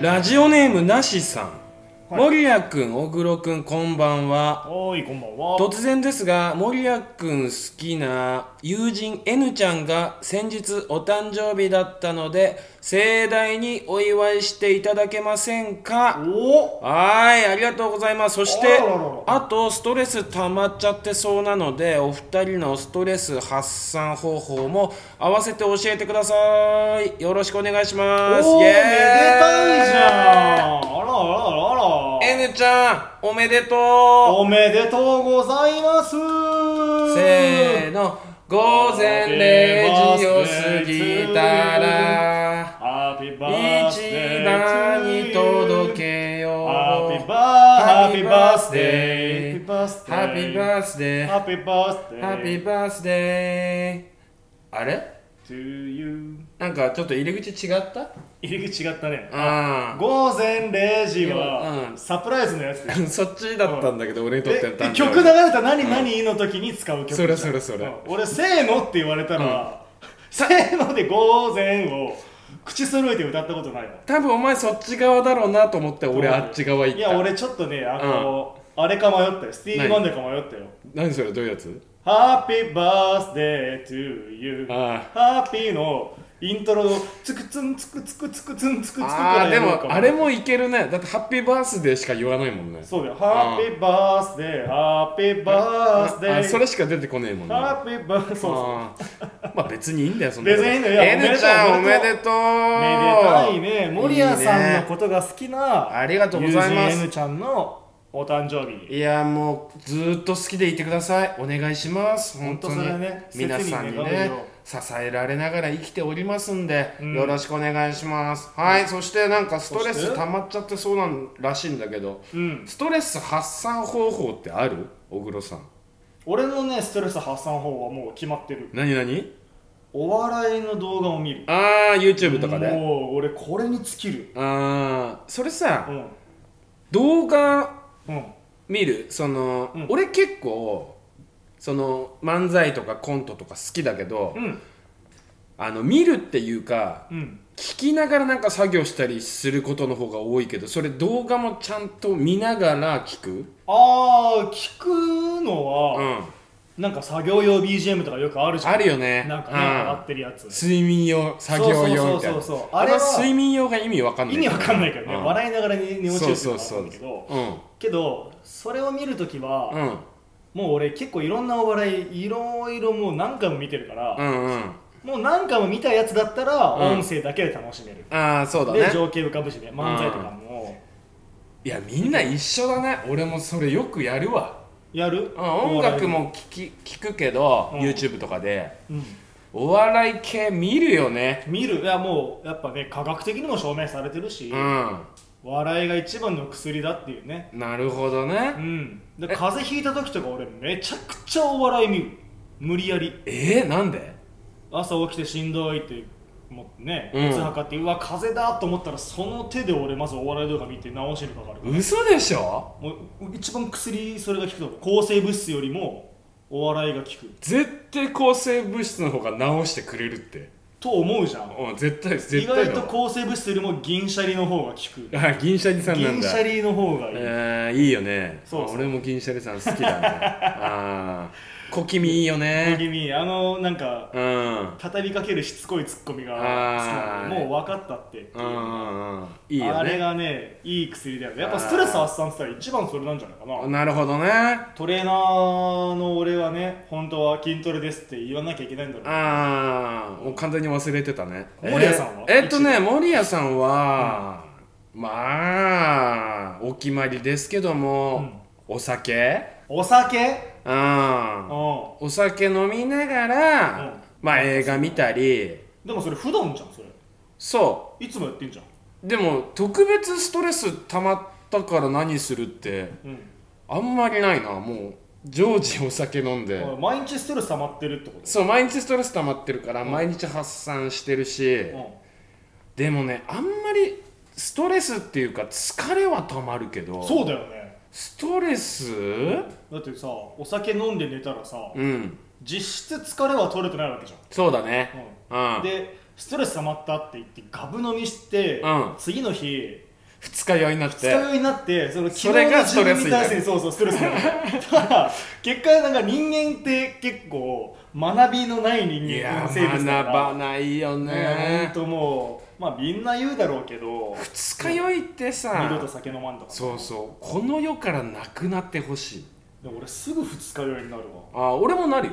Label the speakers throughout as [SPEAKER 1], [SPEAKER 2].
[SPEAKER 1] ラジオネームなしさん、
[SPEAKER 2] はい
[SPEAKER 1] 森谷くん小黒くんこんばんは
[SPEAKER 2] おーいこんばんは
[SPEAKER 1] 突然ですが森谷くん好きな友人 N ちゃんが先日お誕生日だったので盛大にお祝いしていただけませんか
[SPEAKER 2] お
[SPEAKER 1] はーいありがとうございますそして
[SPEAKER 2] あらららら
[SPEAKER 1] あとストレス溜まっちゃってそうなのでお二人のストレス発散方法も合わせて教えてくださいよろしくお願いします
[SPEAKER 2] お
[SPEAKER 1] イ
[SPEAKER 2] ーめ
[SPEAKER 1] エーイ
[SPEAKER 2] でたいじゃんあらあらあら
[SPEAKER 1] N ちゃんおめでと
[SPEAKER 2] おめでとうございます
[SPEAKER 1] うせーの午前0時を過ぎたら
[SPEAKER 2] ハッピーバースデ
[SPEAKER 1] 市
[SPEAKER 2] ー
[SPEAKER 1] 場に届けよう
[SPEAKER 2] ハッピーバーハッピーバースデー
[SPEAKER 1] ハッピーバースデー
[SPEAKER 2] ハッピーバースデー
[SPEAKER 1] ハッピーバースデーあれ
[SPEAKER 2] to you
[SPEAKER 1] なんかちょっと入り口違った
[SPEAKER 2] 入り口違ったね
[SPEAKER 1] あ
[SPEAKER 2] 午前0時は、
[SPEAKER 1] うん
[SPEAKER 2] サプライズのやつで
[SPEAKER 1] あ そっちだったんだけど俺にとっては
[SPEAKER 2] え
[SPEAKER 1] 単純
[SPEAKER 2] 曲流れたら何何の時に使う曲じゃん
[SPEAKER 1] それそれそれ
[SPEAKER 2] うん俺せーのって言われたら、せーので午前を口揃えて歌ったことないの
[SPEAKER 1] 多分お前そっち側だろうなと思って俺あっち側行った
[SPEAKER 2] いや俺ちょっとねあの、あれか迷ったよスティービー・ワンダーか迷ったよ
[SPEAKER 1] 何それどういうやつ
[SPEAKER 2] ハッピーバースデー to you
[SPEAKER 1] あ
[SPEAKER 2] ハッピーのイントロのつくつんつくつくつくつんつくつく
[SPEAKER 1] あーで
[SPEAKER 2] やろうか
[SPEAKER 1] もあれもいけるねだってハッピーバースデーしか言わないもんね
[SPEAKER 2] そうだよハッピーバースデーハッピーバースデ
[SPEAKER 1] ああ
[SPEAKER 2] ー
[SPEAKER 1] それしか出てこねえもんね
[SPEAKER 2] ハッピーバースデー
[SPEAKER 1] あーまあ別にいいんだよそんなこと
[SPEAKER 2] 別にいいんだよいや
[SPEAKER 1] N ちゃんお
[SPEAKER 2] お
[SPEAKER 1] め
[SPEAKER 2] め
[SPEAKER 1] で
[SPEAKER 2] で
[SPEAKER 1] とう
[SPEAKER 2] めでたいね森谷さ
[SPEAKER 1] いい
[SPEAKER 2] んの
[SPEAKER 1] ね
[SPEAKER 2] ことが好きな
[SPEAKER 1] ありがとうございます
[SPEAKER 2] 友人 N ちゃんのお誕生日
[SPEAKER 1] いやもうずーっと好きでいてくださいお願いします本当に
[SPEAKER 2] 本当それはね
[SPEAKER 1] 皆さんに
[SPEAKER 2] 切に願う
[SPEAKER 1] ね
[SPEAKER 2] よ
[SPEAKER 1] 支えられながら生きておりますんで、
[SPEAKER 2] うん
[SPEAKER 1] よろしくお願いしますはい、そしてなんかストレ
[SPEAKER 2] そ
[SPEAKER 1] ス
[SPEAKER 2] して
[SPEAKER 1] 溜まっちゃってそうなんらしいんだけど
[SPEAKER 2] うん
[SPEAKER 1] ストレス発散方法ってある小黒さん
[SPEAKER 2] 俺のねストレス発散法はもう決まってる
[SPEAKER 1] 何何
[SPEAKER 2] お笑いの動画を見る
[SPEAKER 1] ああ YouTube とかで
[SPEAKER 2] もう俺これに尽きる
[SPEAKER 1] ああそれさ
[SPEAKER 2] うん
[SPEAKER 1] 動画
[SPEAKER 2] うん
[SPEAKER 1] 見るその、
[SPEAKER 2] うん
[SPEAKER 1] 俺結構その漫才とかコントとか好きだけど、
[SPEAKER 2] うん
[SPEAKER 1] あの見るっていうか
[SPEAKER 2] うん
[SPEAKER 1] 聞きながらなんか作業したりすることの方が多いけどそれ動画もちゃんと見ながら聞く
[SPEAKER 2] ああ聞くのは、
[SPEAKER 1] うん
[SPEAKER 2] なんか作業用 BGM とかよくあるじゃん
[SPEAKER 1] あるよね
[SPEAKER 2] なんかね、合ってるやつ
[SPEAKER 1] うん、睡眠用作業用みたい
[SPEAKER 2] そうそうそ
[SPEAKER 1] な
[SPEAKER 2] うそう
[SPEAKER 1] あ
[SPEAKER 2] あ
[SPEAKER 1] れ
[SPEAKER 2] れ
[SPEAKER 1] は
[SPEAKER 2] は
[SPEAKER 1] 睡眠用が意味わかんない
[SPEAKER 2] 意味わかんないけどね、
[SPEAKER 1] うん
[SPEAKER 2] 笑いながらに寝落ち
[SPEAKER 1] そう
[SPEAKER 2] るってい
[SPEAKER 1] そううそう
[SPEAKER 2] のがあるんだけど
[SPEAKER 1] うん
[SPEAKER 2] けどそれを見るときは、
[SPEAKER 1] うん
[SPEAKER 2] もう俺結構いろんなお笑いいろいろもう何回も見てるから
[SPEAKER 1] う、んうん
[SPEAKER 2] もう何回も見たやつだったら
[SPEAKER 1] うん
[SPEAKER 2] 音声だけで楽しめる、
[SPEAKER 1] ああそうだ
[SPEAKER 2] で
[SPEAKER 1] ね
[SPEAKER 2] 情景浮かぶしね漫才とかも
[SPEAKER 1] いやみんな一緒だね俺もそれよくやるわ
[SPEAKER 2] やる、
[SPEAKER 1] うん音楽も聞き聞くけど、
[SPEAKER 2] うん
[SPEAKER 1] YouTube とかで
[SPEAKER 2] お笑い、
[SPEAKER 1] お笑い系見るよね
[SPEAKER 2] うん、見るいやもうやっぱね科学的にも証明されてるし、
[SPEAKER 1] うん
[SPEAKER 2] 笑いが一番の薬だっていうね
[SPEAKER 1] なるほどね
[SPEAKER 2] うんで風邪ひいた時とか俺めちゃくちゃお笑い見る無理やり
[SPEAKER 1] えー、なんで
[SPEAKER 2] 朝起きてしんどいって思ってね
[SPEAKER 1] うん
[SPEAKER 2] 熱測ってうわ風邪だと思ったらその手で俺まずお笑い動画見て直しにかかる
[SPEAKER 1] 嘘でしょ
[SPEAKER 2] もう一番薬それが効くと思う抗生物質よりもお笑いが効く
[SPEAKER 1] 絶対抗生物質の方が治してくれるって
[SPEAKER 2] と思うじゃん
[SPEAKER 1] うん絶対
[SPEAKER 2] 意
[SPEAKER 1] 絶対だ
[SPEAKER 2] 外と抗生物質よりも銀シャリの方が効く
[SPEAKER 1] あ銀シャリさんなんだ
[SPEAKER 2] 銀シャリの方がいい、
[SPEAKER 1] えー、いいよね
[SPEAKER 2] そうそう
[SPEAKER 1] あ俺も銀シャリさん好き だねあー小気味いいよね
[SPEAKER 2] 君あのなんか
[SPEAKER 1] うんうん
[SPEAKER 2] 畳みかけるしつこいツッコミが
[SPEAKER 1] あー
[SPEAKER 2] 好きなのもう分かったって
[SPEAKER 1] うんうんいいよ
[SPEAKER 2] あれ
[SPEAKER 1] ね
[SPEAKER 2] がねいい薬だよねやっぱストレス発散したら一番それなんじゃないかな
[SPEAKER 1] なるほどね
[SPEAKER 2] トレーナーの俺はね本当は筋トレですって言わなきゃいけないんだろう
[SPEAKER 1] ああもう完全に忘れてたね
[SPEAKER 2] 森谷さんは
[SPEAKER 1] えーえっとね守谷さんは、まあお決まりですけども、お酒
[SPEAKER 2] お酒
[SPEAKER 1] うん
[SPEAKER 2] うん
[SPEAKER 1] お酒飲みながら、
[SPEAKER 2] うん
[SPEAKER 1] まあ映画見たり
[SPEAKER 2] でもそれ普段じゃんそれ
[SPEAKER 1] そ
[SPEAKER 2] いつもやってんじゃん
[SPEAKER 1] うでも特別ストレス溜まったから何するって
[SPEAKER 2] うん
[SPEAKER 1] あんまりないなもう常時お酒飲んで、
[SPEAKER 2] おい毎日ストレス溜まってるってこと
[SPEAKER 1] そう毎日ストレス溜まってるから毎日発散してるし、でもねあんまりストレスっていうか疲れは溜まるけ
[SPEAKER 2] う
[SPEAKER 1] ど
[SPEAKER 2] ん、そうだよね
[SPEAKER 1] ストレス
[SPEAKER 2] だってさお酒飲んで寝たらさ、
[SPEAKER 1] うん
[SPEAKER 2] 実質疲れは取れてないわけじ
[SPEAKER 1] そうだね
[SPEAKER 2] ゃん、
[SPEAKER 1] うん
[SPEAKER 2] うん、でストレス溜まったって言ってガブ飲みして、
[SPEAKER 1] うん
[SPEAKER 2] 次の日
[SPEAKER 1] 二日酔いになっ
[SPEAKER 2] 二日
[SPEAKER 1] て
[SPEAKER 2] 酔いになってその昨日
[SPEAKER 1] それ
[SPEAKER 2] の
[SPEAKER 1] がス
[SPEAKER 2] 自
[SPEAKER 1] トレス
[SPEAKER 2] 分に対してそうそうストレスになるただ結果なんか人間って結構学びのない人
[SPEAKER 1] い
[SPEAKER 2] 間
[SPEAKER 1] や
[SPEAKER 2] の生物
[SPEAKER 1] 学
[SPEAKER 2] だから
[SPEAKER 1] ばないよ
[SPEAKER 2] ね
[SPEAKER 1] ね
[SPEAKER 2] 本当もうまあみんな言うだろうけど
[SPEAKER 1] 二日酔いって
[SPEAKER 2] 二
[SPEAKER 1] さ
[SPEAKER 2] 度と酒飲まんとか
[SPEAKER 1] そうそうこの世からなくなってほしい
[SPEAKER 2] でも俺すぐ二日酔いになるわ
[SPEAKER 1] あ俺もなるよ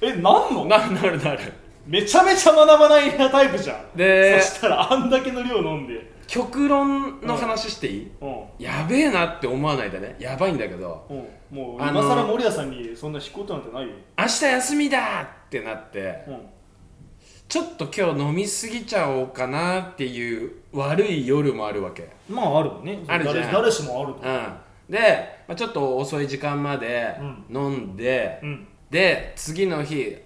[SPEAKER 2] えなんの
[SPEAKER 1] なるなるなる
[SPEAKER 2] めちゃめちゃ学ばないタイプじゃん
[SPEAKER 1] で
[SPEAKER 2] そしたらあんだけの量飲んで
[SPEAKER 1] 極論の話していい、
[SPEAKER 2] うん
[SPEAKER 1] やべえなって思わないでねやばいんだけど
[SPEAKER 2] うんもう
[SPEAKER 1] あ
[SPEAKER 2] 今
[SPEAKER 1] の
[SPEAKER 2] 更森田さんにそんな引くことなんてないよ、
[SPEAKER 1] 明日休みだってなって
[SPEAKER 2] うん、
[SPEAKER 1] ちょっと今日飲みすぎちゃおうかなっていう悪い夜もあるわけ
[SPEAKER 2] まああるよね
[SPEAKER 1] あるじゃん
[SPEAKER 2] 誰誰しもあると
[SPEAKER 1] うんで、まあ、ちょっと遅い時間まで飲んで、
[SPEAKER 2] うん
[SPEAKER 1] で次の日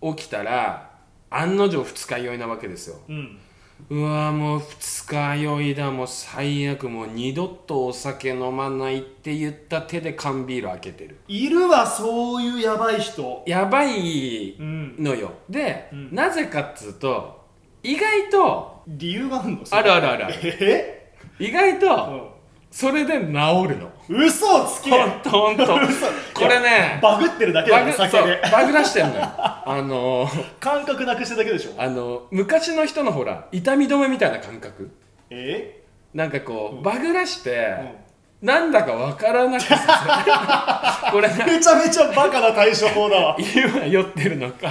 [SPEAKER 1] 起きたら案の定二日酔いなわけですよ
[SPEAKER 2] うん
[SPEAKER 1] うわもう二日酔いだもう最悪もう二度とお酒飲まないって言った手で缶ビール開けてる
[SPEAKER 2] いるわそういうやばい人
[SPEAKER 1] やばい
[SPEAKER 2] うん
[SPEAKER 1] のよで、
[SPEAKER 2] うん
[SPEAKER 1] なぜかっつうと意外と
[SPEAKER 2] 理由があるのそ
[SPEAKER 1] あ
[SPEAKER 2] れ
[SPEAKER 1] るあるあるある
[SPEAKER 2] え
[SPEAKER 1] 意外と
[SPEAKER 2] ー
[SPEAKER 1] それで治るの
[SPEAKER 2] うん嘘をつけ
[SPEAKER 1] ほんとほんと
[SPEAKER 2] 嘘
[SPEAKER 1] これね
[SPEAKER 2] バグってるだけだ
[SPEAKER 1] バ
[SPEAKER 2] ね
[SPEAKER 1] グそう
[SPEAKER 2] 酒で
[SPEAKER 1] バグらしてんのよあのー
[SPEAKER 2] 感覚なくしただけでしょ
[SPEAKER 1] あの昔の人のほら痛み止めみたいな感覚
[SPEAKER 2] え
[SPEAKER 1] なんかこ
[SPEAKER 2] うん
[SPEAKER 1] うバグらして
[SPEAKER 2] ー、
[SPEAKER 1] なんだかわからなくさせる これな
[SPEAKER 2] めちゃめちゃバカな対処法だわ
[SPEAKER 1] 今酔ってるの か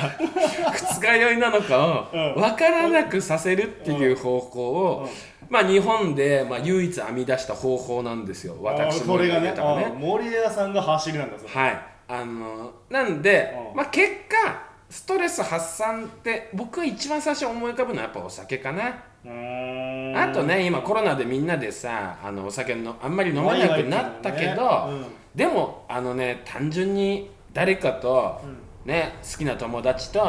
[SPEAKER 1] 二日酔いなのか
[SPEAKER 2] うん
[SPEAKER 1] を分からなくさせるっていう方法
[SPEAKER 2] うん
[SPEAKER 1] を、まあ、日本で、まあ、唯一編み出した方法なんですよ 私
[SPEAKER 2] あー
[SPEAKER 1] も
[SPEAKER 2] これがね
[SPEAKER 1] 言うたら
[SPEAKER 2] あー森屋さんが走りなんだぞ
[SPEAKER 1] はいあのなんで
[SPEAKER 2] う、ん
[SPEAKER 1] まあ、結果ストレス発散って僕は一番最初思い浮かぶのはやっぱお酒かな
[SPEAKER 2] うーん
[SPEAKER 1] あとね今コロナでみんなでさあのお酒のあんまり飲まなくなったけど、
[SPEAKER 2] うん
[SPEAKER 1] でもあのね単純に誰かと、ね、好きな友達と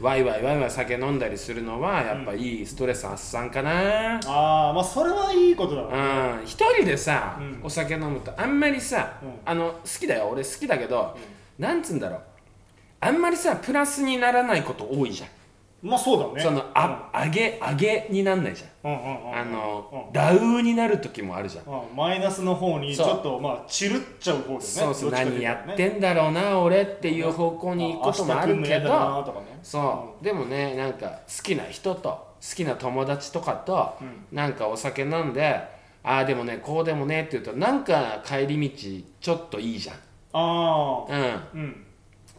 [SPEAKER 1] ワイワイワイワイ酒飲んだりするのはやっぱいいストレス発散かな
[SPEAKER 2] ああまあそれはいいことだわ
[SPEAKER 1] うん一人でさ、
[SPEAKER 2] うん
[SPEAKER 1] お酒飲むとあんまりさ、
[SPEAKER 2] うん
[SPEAKER 1] あの好きだよ俺好きだけど、なんつうんだろうあんまりさプラスにならないこと多いじゃん、
[SPEAKER 2] まあそうだね
[SPEAKER 1] そのあ上げ上げになんないじゃ
[SPEAKER 2] うんうんうんうんうん
[SPEAKER 1] んあの、ダウになる時もあるじゃん、
[SPEAKER 2] うんマイナスの方にち
[SPEAKER 1] そう
[SPEAKER 2] ょっとまあ散るっちゃう方だよね
[SPEAKER 1] そうそう
[SPEAKER 2] どち
[SPEAKER 1] 何
[SPEAKER 2] かというとね
[SPEAKER 1] やってんだろうな俺っていう方向に行くこともあるけど、
[SPEAKER 2] あ明日来んの嫌だなとかね
[SPEAKER 1] そう、でもねなんか好きな人と好きな友達とかと、なんかお酒飲んでああでもねこうでもねって言うとなんか帰り道ちょっといいじゃ
[SPEAKER 2] ああ
[SPEAKER 1] んうん
[SPEAKER 2] うん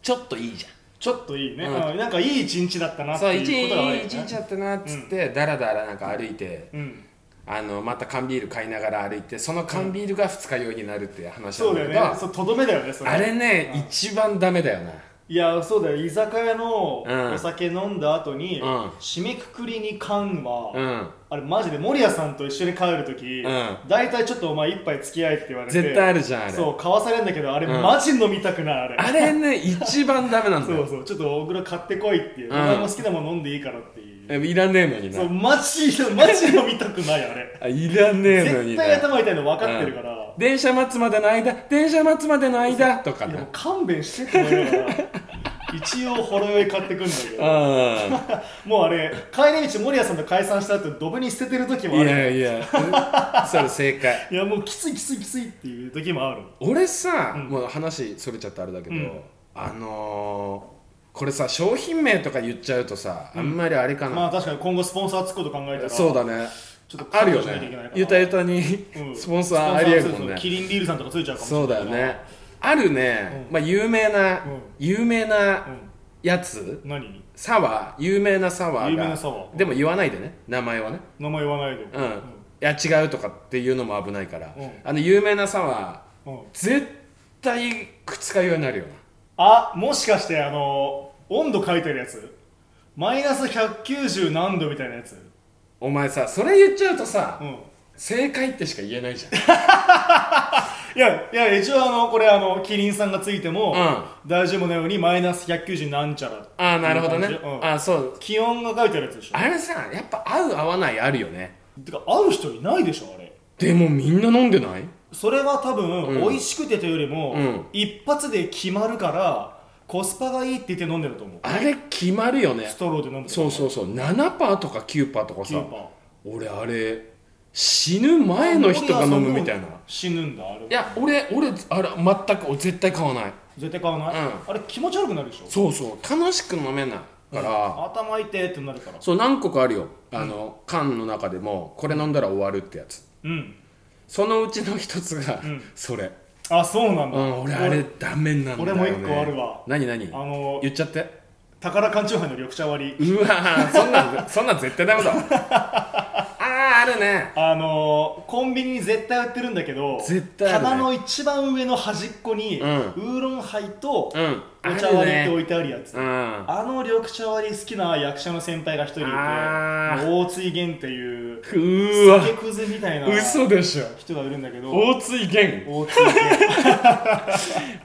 [SPEAKER 1] ちょっといいじ
[SPEAKER 2] ちょっといいね
[SPEAKER 1] うん
[SPEAKER 2] うんなんかいい一日だった
[SPEAKER 1] ゃ
[SPEAKER 2] なんっ
[SPEAKER 1] そう
[SPEAKER 2] て
[SPEAKER 1] 一
[SPEAKER 2] いうことが
[SPEAKER 1] 日
[SPEAKER 2] ね
[SPEAKER 1] 一日だったなっつって、だらだらなんか歩いて
[SPEAKER 2] うん
[SPEAKER 1] あのまた缶ビール買いながら歩いてその缶ビールが二日酔いになるっていう話なん
[SPEAKER 2] そう
[SPEAKER 1] だ
[SPEAKER 2] だ
[SPEAKER 1] け
[SPEAKER 2] よ
[SPEAKER 1] ど、
[SPEAKER 2] ねそうとどめだよねそれ
[SPEAKER 1] あれね、
[SPEAKER 2] うん
[SPEAKER 1] 一番ダメだよない
[SPEAKER 2] やそうだよ居酒屋の
[SPEAKER 1] うん
[SPEAKER 2] お酒飲んだ後に、
[SPEAKER 1] うん
[SPEAKER 2] 締めくくりに缶は、
[SPEAKER 1] うん
[SPEAKER 2] あれマジで守屋さんと一緒に帰る時
[SPEAKER 1] うん
[SPEAKER 2] 大体、ちょっとお前一杯付き合いって言われて
[SPEAKER 1] 絶対あるじゃんあれ
[SPEAKER 2] そう買わされるんだけどあれ、
[SPEAKER 1] うん
[SPEAKER 2] マジ飲みたくないあれ
[SPEAKER 1] あれね一番ダメなんだ
[SPEAKER 2] そう
[SPEAKER 1] よ
[SPEAKER 2] そうちょっと小倉買ってこいっていう、
[SPEAKER 1] うん
[SPEAKER 2] お前も好きなもの飲んでいいからっていう、
[SPEAKER 1] えいらねえのにな
[SPEAKER 2] そうマジ マジ飲みたくないあれ
[SPEAKER 1] あいらねえのに
[SPEAKER 2] 絶対
[SPEAKER 1] な
[SPEAKER 2] 頭痛いの分かってるから、
[SPEAKER 1] 電車待つまでの間電車待つまでの間とか
[SPEAKER 2] いやも
[SPEAKER 1] ね
[SPEAKER 2] う勘弁してって思いなが ら一応ほろ酔い買ってくんだけど
[SPEAKER 1] あ
[SPEAKER 2] もうあれ帰り道守屋さんと解散した後ドブに捨ててる時
[SPEAKER 1] あ
[SPEAKER 2] もあ
[SPEAKER 1] い
[SPEAKER 2] るいや
[SPEAKER 1] やいや それ正解
[SPEAKER 2] もうきついきついきついっていう時もある
[SPEAKER 1] 俺さ、
[SPEAKER 2] うん
[SPEAKER 1] もう話それちゃってあれだけど、
[SPEAKER 2] うん
[SPEAKER 1] あのー、これさ商品名とか言っちゃうとさ、
[SPEAKER 2] うん
[SPEAKER 1] あんまりあれか
[SPEAKER 2] ま
[SPEAKER 1] な、
[SPEAKER 2] あ確かに今後スポンサーつくこと考えたら
[SPEAKER 1] そうだね
[SPEAKER 2] ちょっと
[SPEAKER 1] あるよ
[SPEAKER 2] 考えなきゃいけない
[SPEAKER 1] ね
[SPEAKER 2] から
[SPEAKER 1] ゆたゆたに
[SPEAKER 2] うん
[SPEAKER 1] スポンサーありえる
[SPEAKER 2] スポ
[SPEAKER 1] も
[SPEAKER 2] ン
[SPEAKER 1] ん
[SPEAKER 2] サー
[SPEAKER 1] ね
[SPEAKER 2] つくキリンビールさんとかついちゃうかもしれな
[SPEAKER 1] そ
[SPEAKER 2] いう
[SPEAKER 1] だよねあるね、
[SPEAKER 2] うん
[SPEAKER 1] まあ有名な、
[SPEAKER 2] うん
[SPEAKER 1] 有名な
[SPEAKER 2] う
[SPEAKER 1] やつ、
[SPEAKER 2] ん何
[SPEAKER 1] サワー有名なサワーが
[SPEAKER 2] 有名なサワー
[SPEAKER 1] でも言わないでね名前はね
[SPEAKER 2] 名前言わないで
[SPEAKER 1] うん、いや違うとかっていうのも危ないから、
[SPEAKER 2] うん
[SPEAKER 1] あの有名なサワー
[SPEAKER 2] うんうん
[SPEAKER 1] 絶対二日酔いになるよ
[SPEAKER 2] あもしかしてあの温度書いてるやつマイナス190何度みたいなやつ
[SPEAKER 1] お前さそれ言っちゃうとさ、
[SPEAKER 2] うん
[SPEAKER 1] 正解ってしか言え ないじゃん
[SPEAKER 2] いやいや一応あのこれあのキリンさんがついても、
[SPEAKER 1] う
[SPEAKER 2] 大丈夫なようにマイナス190なんちゃらっていう
[SPEAKER 1] ああなるほどね、
[SPEAKER 2] 感じうん
[SPEAKER 1] ああそう
[SPEAKER 2] 気温が書いてあるやつでしょ
[SPEAKER 1] あれさやっぱ合う合わないあるよね
[SPEAKER 2] てか合う人いないでしょあれ
[SPEAKER 1] でもみんな飲んでない
[SPEAKER 2] それは多分、
[SPEAKER 1] うん
[SPEAKER 2] 美味しくてというよりも、
[SPEAKER 1] うん
[SPEAKER 2] 一発で決まるからコスパがいいって言って飲んでると思う
[SPEAKER 1] あれ決まるよね
[SPEAKER 2] ストローで飲む
[SPEAKER 1] そう
[SPEAKER 2] う
[SPEAKER 1] そうそう7%とか9%とかさ
[SPEAKER 2] キーパ
[SPEAKER 1] 俺あれ死ぬ前の人が飲むみたいない
[SPEAKER 2] 死ぬんだあれ
[SPEAKER 1] や俺俺あれ全く俺絶対買わない
[SPEAKER 2] 絶対買わない、
[SPEAKER 1] うん
[SPEAKER 2] あれ気持ち悪くなるでしょ
[SPEAKER 1] そうそう楽しく飲めないから、
[SPEAKER 2] 頭痛いってなるから
[SPEAKER 1] そう何個かあるよあの、缶の中でもこれ飲んだら終わるってやつ
[SPEAKER 2] うん
[SPEAKER 1] そのうちの一つが、
[SPEAKER 2] ん
[SPEAKER 1] それ、
[SPEAKER 2] あそうなんだ、
[SPEAKER 1] うん、俺あれダメなんだよ、ね、
[SPEAKER 2] 俺も一個あるわ
[SPEAKER 1] 何何
[SPEAKER 2] あの
[SPEAKER 1] 言っちゃって
[SPEAKER 2] 宝缶チューハイの緑茶割り
[SPEAKER 1] うわーそんなんそんなん絶対 ダメだあああるね
[SPEAKER 2] あのー、コンビニに絶対売ってるんだけど
[SPEAKER 1] 絶対あるね
[SPEAKER 2] 棚の一番上の端っこに、
[SPEAKER 1] うん
[SPEAKER 2] ウーロンハイと
[SPEAKER 1] うん
[SPEAKER 2] お茶割りって
[SPEAKER 1] ある
[SPEAKER 2] 置
[SPEAKER 1] ね
[SPEAKER 2] いてあるやつ
[SPEAKER 1] うんあ
[SPEAKER 2] あの緑茶割り好きな役者の先輩が一人いて
[SPEAKER 1] あー
[SPEAKER 2] 大津井源っていう
[SPEAKER 1] うーわ
[SPEAKER 2] 酒くずみたいな
[SPEAKER 1] 嘘でしょ
[SPEAKER 2] 人がいるんだけど
[SPEAKER 1] 大津井源
[SPEAKER 2] 大津井源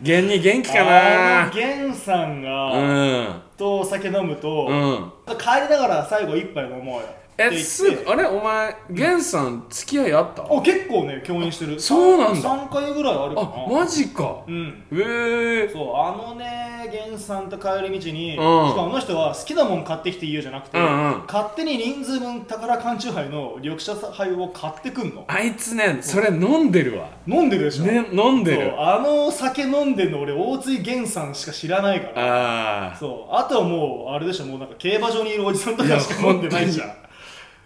[SPEAKER 1] 源に元気か
[SPEAKER 2] あの
[SPEAKER 1] な
[SPEAKER 2] 源さんが、
[SPEAKER 1] うん
[SPEAKER 2] とお酒飲むと、
[SPEAKER 1] うん
[SPEAKER 2] 帰りながら最後一杯飲もうよって言って
[SPEAKER 1] えすぐあれお前源さん付き合いあった
[SPEAKER 2] お結構ね共演してる
[SPEAKER 1] そうなんだ
[SPEAKER 2] 3回ぐらいあるかな
[SPEAKER 1] あマジか
[SPEAKER 2] うん
[SPEAKER 1] えー
[SPEAKER 2] そうあのね源さんと帰り道
[SPEAKER 1] ん
[SPEAKER 2] に、しかもあの人は好きなもん買ってきていいよじゃなくて、
[SPEAKER 1] うんうん
[SPEAKER 2] 勝手に人数分宝缶チューハイの緑茶杯を買ってくんの
[SPEAKER 1] あいつねそれ飲んでるわ
[SPEAKER 2] 飲んでるでしょ、
[SPEAKER 1] ね飲んでる
[SPEAKER 2] そうあの酒飲んでんの俺大津井源さんしか知らないから
[SPEAKER 1] ああ
[SPEAKER 2] そうあとはもうあれでしょもうなんか競馬場にいるおじさんとかしか飲んでないじゃん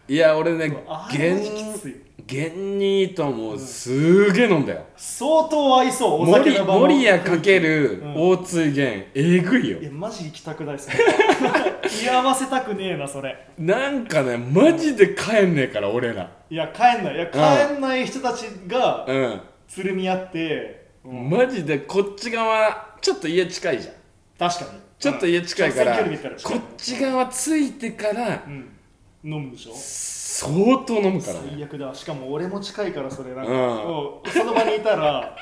[SPEAKER 1] いや俺ね
[SPEAKER 2] あれマジき
[SPEAKER 1] 源
[SPEAKER 2] つい
[SPEAKER 1] 源にともすーげえ飲んだよ
[SPEAKER 2] 相当合いそうお酒
[SPEAKER 1] 森
[SPEAKER 2] の場も
[SPEAKER 1] 森谷かける
[SPEAKER 2] うん
[SPEAKER 1] 大津源えぐいよ
[SPEAKER 2] いやマジ行きたくないっすね居合わせたくねえなそれ
[SPEAKER 1] なんかねマジで帰んねえから俺ら
[SPEAKER 2] いや帰んないいや帰んない人たちが
[SPEAKER 1] う
[SPEAKER 2] つるみ合って、うん
[SPEAKER 1] んマジでこっち側ちょっと家近いじゃん
[SPEAKER 2] 確かに
[SPEAKER 1] ちょっと家近いから
[SPEAKER 2] うん直線距離で言ったら近い
[SPEAKER 1] こっち側ついてから
[SPEAKER 2] うん飲むでしょ
[SPEAKER 1] 相当飲むからね
[SPEAKER 2] 最悪だしかも俺も近いからそれなんか、
[SPEAKER 1] うん
[SPEAKER 2] もうその場にいたら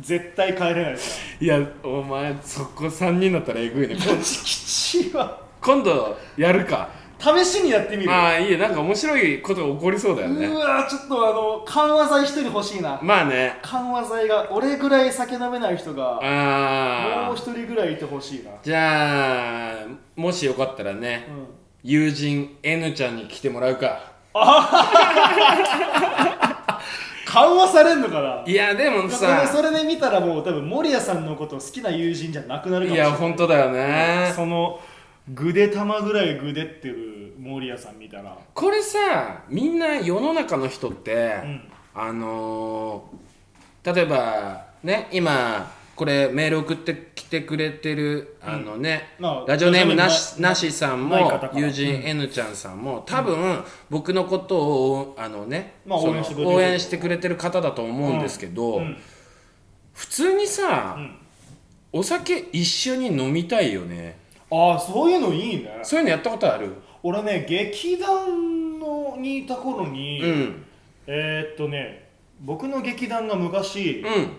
[SPEAKER 2] 絶対帰れないじ
[SPEAKER 1] いやお前そこ3人だったらえぐいね
[SPEAKER 2] ゃん吉吉は
[SPEAKER 1] 今度やるか
[SPEAKER 2] 試しにやってみる、
[SPEAKER 1] ああいいよなんか面白いこと起こりそうだよ
[SPEAKER 2] う
[SPEAKER 1] ね
[SPEAKER 2] わちょっとあの緩和剤一人欲しいな
[SPEAKER 1] まあね
[SPEAKER 2] 緩和剤が俺ぐらい酒飲めない人がも
[SPEAKER 1] あ
[SPEAKER 2] う
[SPEAKER 1] あ
[SPEAKER 2] 一人ぐらいいてほしいな
[SPEAKER 1] じゃあもしよかったらね、
[SPEAKER 2] うん
[SPEAKER 1] 友人 N ちゃんに来てもらうか
[SPEAKER 2] 緩和されんのかない
[SPEAKER 1] やでも
[SPEAKER 2] それ
[SPEAKER 1] さ
[SPEAKER 2] それで見たらもう多分守屋さんのことを好きな友人じゃなくなるか
[SPEAKER 1] い
[SPEAKER 2] もしれない
[SPEAKER 1] や本当だよね
[SPEAKER 2] そのぐで玉ぐらいぐでってる守屋さん見たら
[SPEAKER 1] これさみんな世の中の人って、
[SPEAKER 2] うん
[SPEAKER 1] あのー例えばね今これメール送ってきてくれてるあのね、
[SPEAKER 2] まあ
[SPEAKER 1] ラジオネームな
[SPEAKER 2] ラジ
[SPEAKER 1] し
[SPEAKER 2] オネームな
[SPEAKER 1] なしさん
[SPEAKER 2] ない
[SPEAKER 1] も
[SPEAKER 2] 方から
[SPEAKER 1] 友人 N ちゃんさんも多分僕のことをあのね、
[SPEAKER 2] まあ
[SPEAKER 1] その
[SPEAKER 2] 応援して
[SPEAKER 1] 応援し
[SPEAKER 2] くれてる
[SPEAKER 1] てくれてる方だと思うんですけど、
[SPEAKER 2] うん
[SPEAKER 1] 普通にさ、
[SPEAKER 2] ん
[SPEAKER 1] お酒一緒に飲みたいよね
[SPEAKER 2] ああそういうのいいね
[SPEAKER 1] そういうのやったことある
[SPEAKER 2] 俺ね劇団のにいた頃に、
[SPEAKER 1] うん
[SPEAKER 2] えー、っとね僕の劇団が昔、
[SPEAKER 1] うん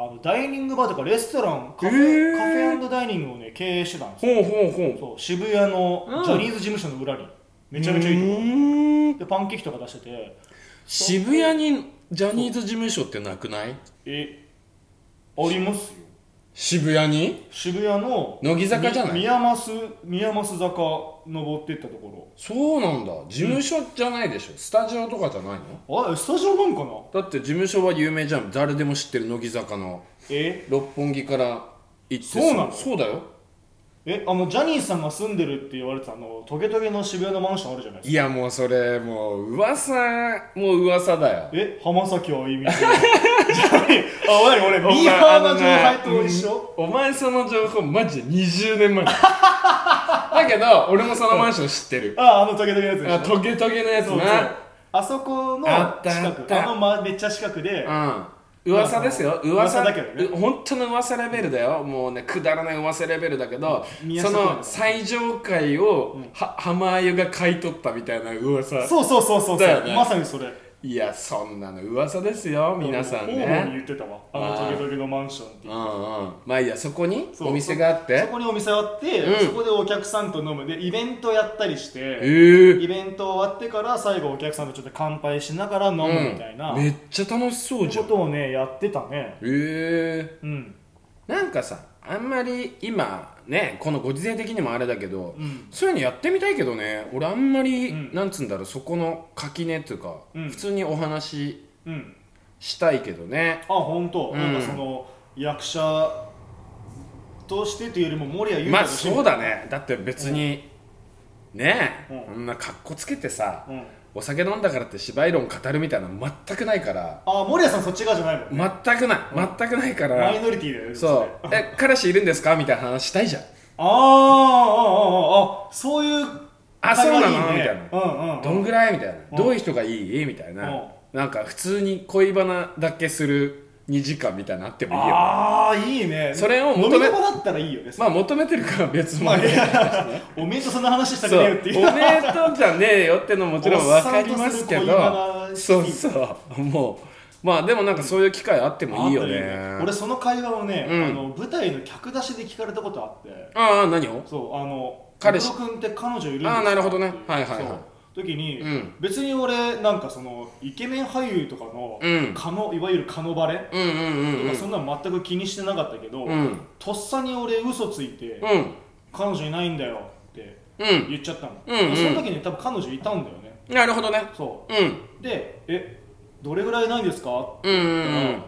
[SPEAKER 2] あのダイニングバーとかレストランカフ
[SPEAKER 1] へ
[SPEAKER 2] ェ,、
[SPEAKER 1] ー
[SPEAKER 2] カフェダイニングをね経営してたんです
[SPEAKER 1] ほうほうほう
[SPEAKER 2] よそう渋谷の
[SPEAKER 1] うん
[SPEAKER 2] ジャニーズ事務所の裏にめちゃめちゃいいとこ
[SPEAKER 1] うーん
[SPEAKER 2] でパンケーキとか出してて
[SPEAKER 1] 渋谷にジャニーズ事務所ってなくない
[SPEAKER 2] えありますよ
[SPEAKER 1] 渋谷に
[SPEAKER 2] 渋谷の
[SPEAKER 1] 乃木坂じゃない
[SPEAKER 2] み宮益宮益坂登ってったとこ
[SPEAKER 1] そうなんだ事務所じゃないでしょ、スタジオとかじゃないの
[SPEAKER 2] ろあえスタジオなんかな
[SPEAKER 1] だって事務所は有名じゃん誰でも知ってる乃木坂の
[SPEAKER 2] え
[SPEAKER 1] 六本木から行って
[SPEAKER 2] そうなの
[SPEAKER 1] そうだよ
[SPEAKER 2] えあのジャニーさんが住んでるって言われてたあのトゲトゲの渋谷のマンションあるじゃないです
[SPEAKER 1] いやもうそれもう噂もう噂だよ
[SPEAKER 2] かえ浜崎あゆみじゃないあおい俺ミーハーな情報と一緒
[SPEAKER 1] お前その情報マジで20年前 だけど俺もそのマンション知ってる
[SPEAKER 2] ああのトゲトゲのやつでしょ
[SPEAKER 1] あトゲトゲのやつ
[SPEAKER 2] そうそう
[SPEAKER 1] な
[SPEAKER 2] あそこの
[SPEAKER 1] あったあ
[SPEAKER 2] 近
[SPEAKER 1] っ
[SPEAKER 2] く
[SPEAKER 1] た
[SPEAKER 2] あの、ま、めっちゃ近くで
[SPEAKER 1] うん噂ですよ噂
[SPEAKER 2] 噂だけどね
[SPEAKER 1] う本当の噂レベルだよもうねくだらない噂レベルだけど
[SPEAKER 2] 宮
[SPEAKER 1] そ
[SPEAKER 2] 下公園だか
[SPEAKER 1] の
[SPEAKER 2] ら
[SPEAKER 1] 最上階を、は浜あゆが買い取ったみたいな噂
[SPEAKER 2] そうそうそうそうそう、
[SPEAKER 1] だよね
[SPEAKER 2] まさにそれ
[SPEAKER 1] いやそんなの噂ですよ皆さん
[SPEAKER 2] 方々に
[SPEAKER 1] ね
[SPEAKER 2] 言ってたわあのトゲトゲのマンションって
[SPEAKER 1] うんうんまあいいやそこに
[SPEAKER 2] そう
[SPEAKER 1] お店があっ
[SPEAKER 2] そ
[SPEAKER 1] て
[SPEAKER 2] こにお店あって、
[SPEAKER 1] うん
[SPEAKER 2] そこでお客さんと飲むでイベントやったりし
[SPEAKER 1] え
[SPEAKER 2] て、
[SPEAKER 1] ー、
[SPEAKER 2] イベント終わってから最後お客さんとちょっと乾杯しながら飲むみたいな、
[SPEAKER 1] うん、めっちゃ楽しそうじゃ
[SPEAKER 2] こ
[SPEAKER 1] ん
[SPEAKER 2] とをねやってたね
[SPEAKER 1] えー、
[SPEAKER 2] うん
[SPEAKER 1] なんかさあんまり今ねこのご時世的にもあれだけど、
[SPEAKER 2] うん
[SPEAKER 1] そういうのやってみたいけどね俺あんまり、
[SPEAKER 2] うん
[SPEAKER 1] なんつうんだろうそこの垣根っていうか、
[SPEAKER 2] うん
[SPEAKER 1] 普通にお話し
[SPEAKER 2] うん
[SPEAKER 1] したいけどね
[SPEAKER 2] あ本当、
[SPEAKER 1] うん
[SPEAKER 2] なんかその役者としてというよりも森谷優
[SPEAKER 1] ま
[SPEAKER 2] 太
[SPEAKER 1] あ
[SPEAKER 2] として
[SPEAKER 1] そうだねだって別に、ねえ、
[SPEAKER 2] うん
[SPEAKER 1] こんなかっこつけてさ、
[SPEAKER 2] うん、
[SPEAKER 1] お酒飲んだからって芝居論語るみたいなの全くないから
[SPEAKER 2] あ森谷さんそっち側じゃないもんね、
[SPEAKER 1] 全くない全くないか
[SPEAKER 2] マ
[SPEAKER 1] ら
[SPEAKER 2] イノリティだよね
[SPEAKER 1] そう
[SPEAKER 2] れ
[SPEAKER 1] え彼氏いるんですかみたいな話したいじゃん
[SPEAKER 2] あーあーあーあーあそういう
[SPEAKER 1] あそうなのみたいな
[SPEAKER 2] なうんうん
[SPEAKER 1] どんぐらいみたいな、
[SPEAKER 2] うん
[SPEAKER 1] どういう人がいいみたいな、
[SPEAKER 2] うん
[SPEAKER 1] なんか普通に恋バナだけする2時間みたいなのあってもいいよ
[SPEAKER 2] ああいいね
[SPEAKER 1] それを求
[SPEAKER 2] 飲
[SPEAKER 1] め
[SPEAKER 2] み場だったらいいよね、
[SPEAKER 1] まあ求めてるから別も
[SPEAKER 2] まあ
[SPEAKER 1] あれ
[SPEAKER 2] いや おめえとそんな話したく
[SPEAKER 1] そ
[SPEAKER 2] ね
[SPEAKER 1] う
[SPEAKER 2] え
[SPEAKER 1] お
[SPEAKER 2] よって
[SPEAKER 1] め
[SPEAKER 2] い
[SPEAKER 1] え
[SPEAKER 2] う
[SPEAKER 1] とじゃねえよってのももちろん分かりますけ
[SPEAKER 2] おっさ
[SPEAKER 1] ど
[SPEAKER 2] んとする
[SPEAKER 1] そ
[SPEAKER 2] 恋バナ
[SPEAKER 1] うそうもうまあでもなんかそういう機会あってもいいよね
[SPEAKER 2] あった俺その会話をね、
[SPEAKER 1] うん
[SPEAKER 2] あの舞台の客出しで聞かれたことあって
[SPEAKER 1] ああ何を
[SPEAKER 2] そうあの
[SPEAKER 1] 彼氏
[SPEAKER 2] ムロ君って彼女いるんですか
[SPEAKER 1] あーなるほどね
[SPEAKER 2] ってう
[SPEAKER 1] はいはいはい
[SPEAKER 2] そう時に、
[SPEAKER 1] うん
[SPEAKER 2] 別に俺なんかそのイケメン俳優とかの,、
[SPEAKER 1] うん
[SPEAKER 2] かのいわゆるカノバレ
[SPEAKER 1] うんうんう
[SPEAKER 2] と
[SPEAKER 1] んう
[SPEAKER 2] か
[SPEAKER 1] ん
[SPEAKER 2] そんなの全く気にしてなかったけど、
[SPEAKER 1] うん
[SPEAKER 2] とっさに俺嘘ついて、
[SPEAKER 1] うん
[SPEAKER 2] 彼女いないんだよって
[SPEAKER 1] うん
[SPEAKER 2] 言っちゃったの、
[SPEAKER 1] うんうん
[SPEAKER 2] その時に多分彼女いたんだよね
[SPEAKER 1] なるほどね
[SPEAKER 2] そ
[SPEAKER 1] うん
[SPEAKER 2] うでえどれぐらいないんですかって
[SPEAKER 1] うんう
[SPEAKER 2] 言ったら、
[SPEAKER 1] ん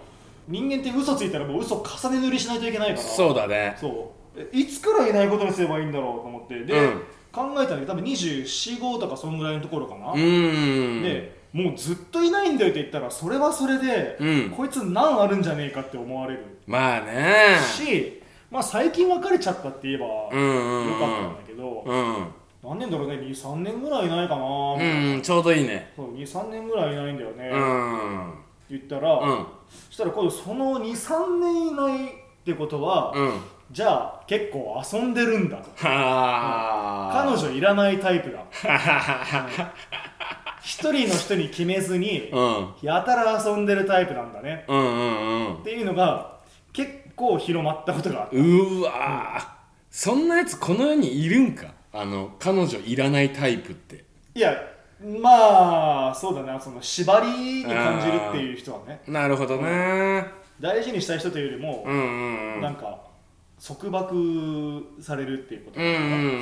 [SPEAKER 2] 人間って嘘ついたらもう嘘重ね塗りしないといけないから
[SPEAKER 1] そうだね
[SPEAKER 2] そうえいつからいないことにすればいいんだろうと思ってで、
[SPEAKER 1] うん
[SPEAKER 2] 考えたら多分245とかそのぐらいのところかな、
[SPEAKER 1] うん
[SPEAKER 2] でもうずっといないんだよって言ったらそれはそれで、
[SPEAKER 1] うん
[SPEAKER 2] こいつ何あるんじゃねえかって思われる
[SPEAKER 1] まあね
[SPEAKER 2] し、まあ、最近別れちゃったって言えばよ
[SPEAKER 1] うんうんうん
[SPEAKER 2] かったんだけど、
[SPEAKER 1] うん
[SPEAKER 2] 何年だろうね23年ぐらいいないかな、
[SPEAKER 1] うんうんちょうどいいね
[SPEAKER 2] そう23年ぐらいいないんだよね、
[SPEAKER 1] うん
[SPEAKER 2] 言ったら、
[SPEAKER 1] うん
[SPEAKER 2] そしたら今度その23年いないってことは、
[SPEAKER 1] うん
[SPEAKER 2] じゃあ結構遊んでるんだと
[SPEAKER 1] はあ
[SPEAKER 2] 彼女いらないタイ プだ
[SPEAKER 1] はは
[SPEAKER 2] 一人の人に決めずに
[SPEAKER 1] は
[SPEAKER 2] やたら遊んでるタイプなんだね
[SPEAKER 1] うんうんうん
[SPEAKER 2] っていうのが結構広まったことがある
[SPEAKER 1] うんうわーそんなやつこの世にいるんかあの彼女いらないタイプって
[SPEAKER 2] いやまあそうだなその縛りに感じるっていう人はね
[SPEAKER 1] なるほどね
[SPEAKER 2] 大事にしたい人というよりも
[SPEAKER 1] う、んうんうん
[SPEAKER 2] なんか束縛されるっていうこと
[SPEAKER 1] うんうんうんうんうんうん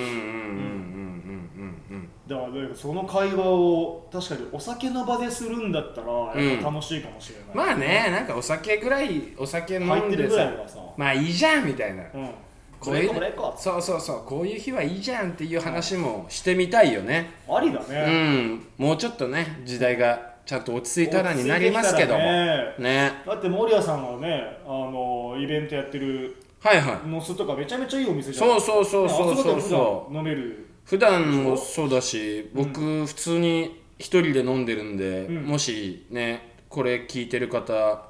[SPEAKER 1] うん
[SPEAKER 2] だからだからその会話を確かにお酒の場でするんだったらやっぱ楽しいかもしれない、
[SPEAKER 1] まあねなんかお酒ぐらいお酒飲
[SPEAKER 2] 入っ
[SPEAKER 1] ん
[SPEAKER 2] てる
[SPEAKER 1] で
[SPEAKER 2] ぐら
[SPEAKER 1] さ
[SPEAKER 2] いはさ、
[SPEAKER 1] まあいいじゃんみたいな
[SPEAKER 2] うん、
[SPEAKER 1] こ
[SPEAKER 2] こ
[SPEAKER 1] れ
[SPEAKER 2] れこれこ
[SPEAKER 1] そうそうそうこういう日はいいじゃんっていう話もしてみたいよね
[SPEAKER 2] ありだ
[SPEAKER 1] う
[SPEAKER 2] ね、
[SPEAKER 1] んもうちょっとね時代がちゃんと落ち着いたらになりますけども
[SPEAKER 2] 落ち着いてきたらね
[SPEAKER 1] ね
[SPEAKER 2] だって守屋さんはねあのイベントやってる
[SPEAKER 1] はいはい
[SPEAKER 2] のすとかめちゃめちゃいいお店じゃん
[SPEAKER 1] そうそうそうそうそうそう
[SPEAKER 2] う飲める
[SPEAKER 1] 普段もそうだし僕普通に一人で飲んでるんで、
[SPEAKER 2] うん
[SPEAKER 1] もしねこれ聞いてる方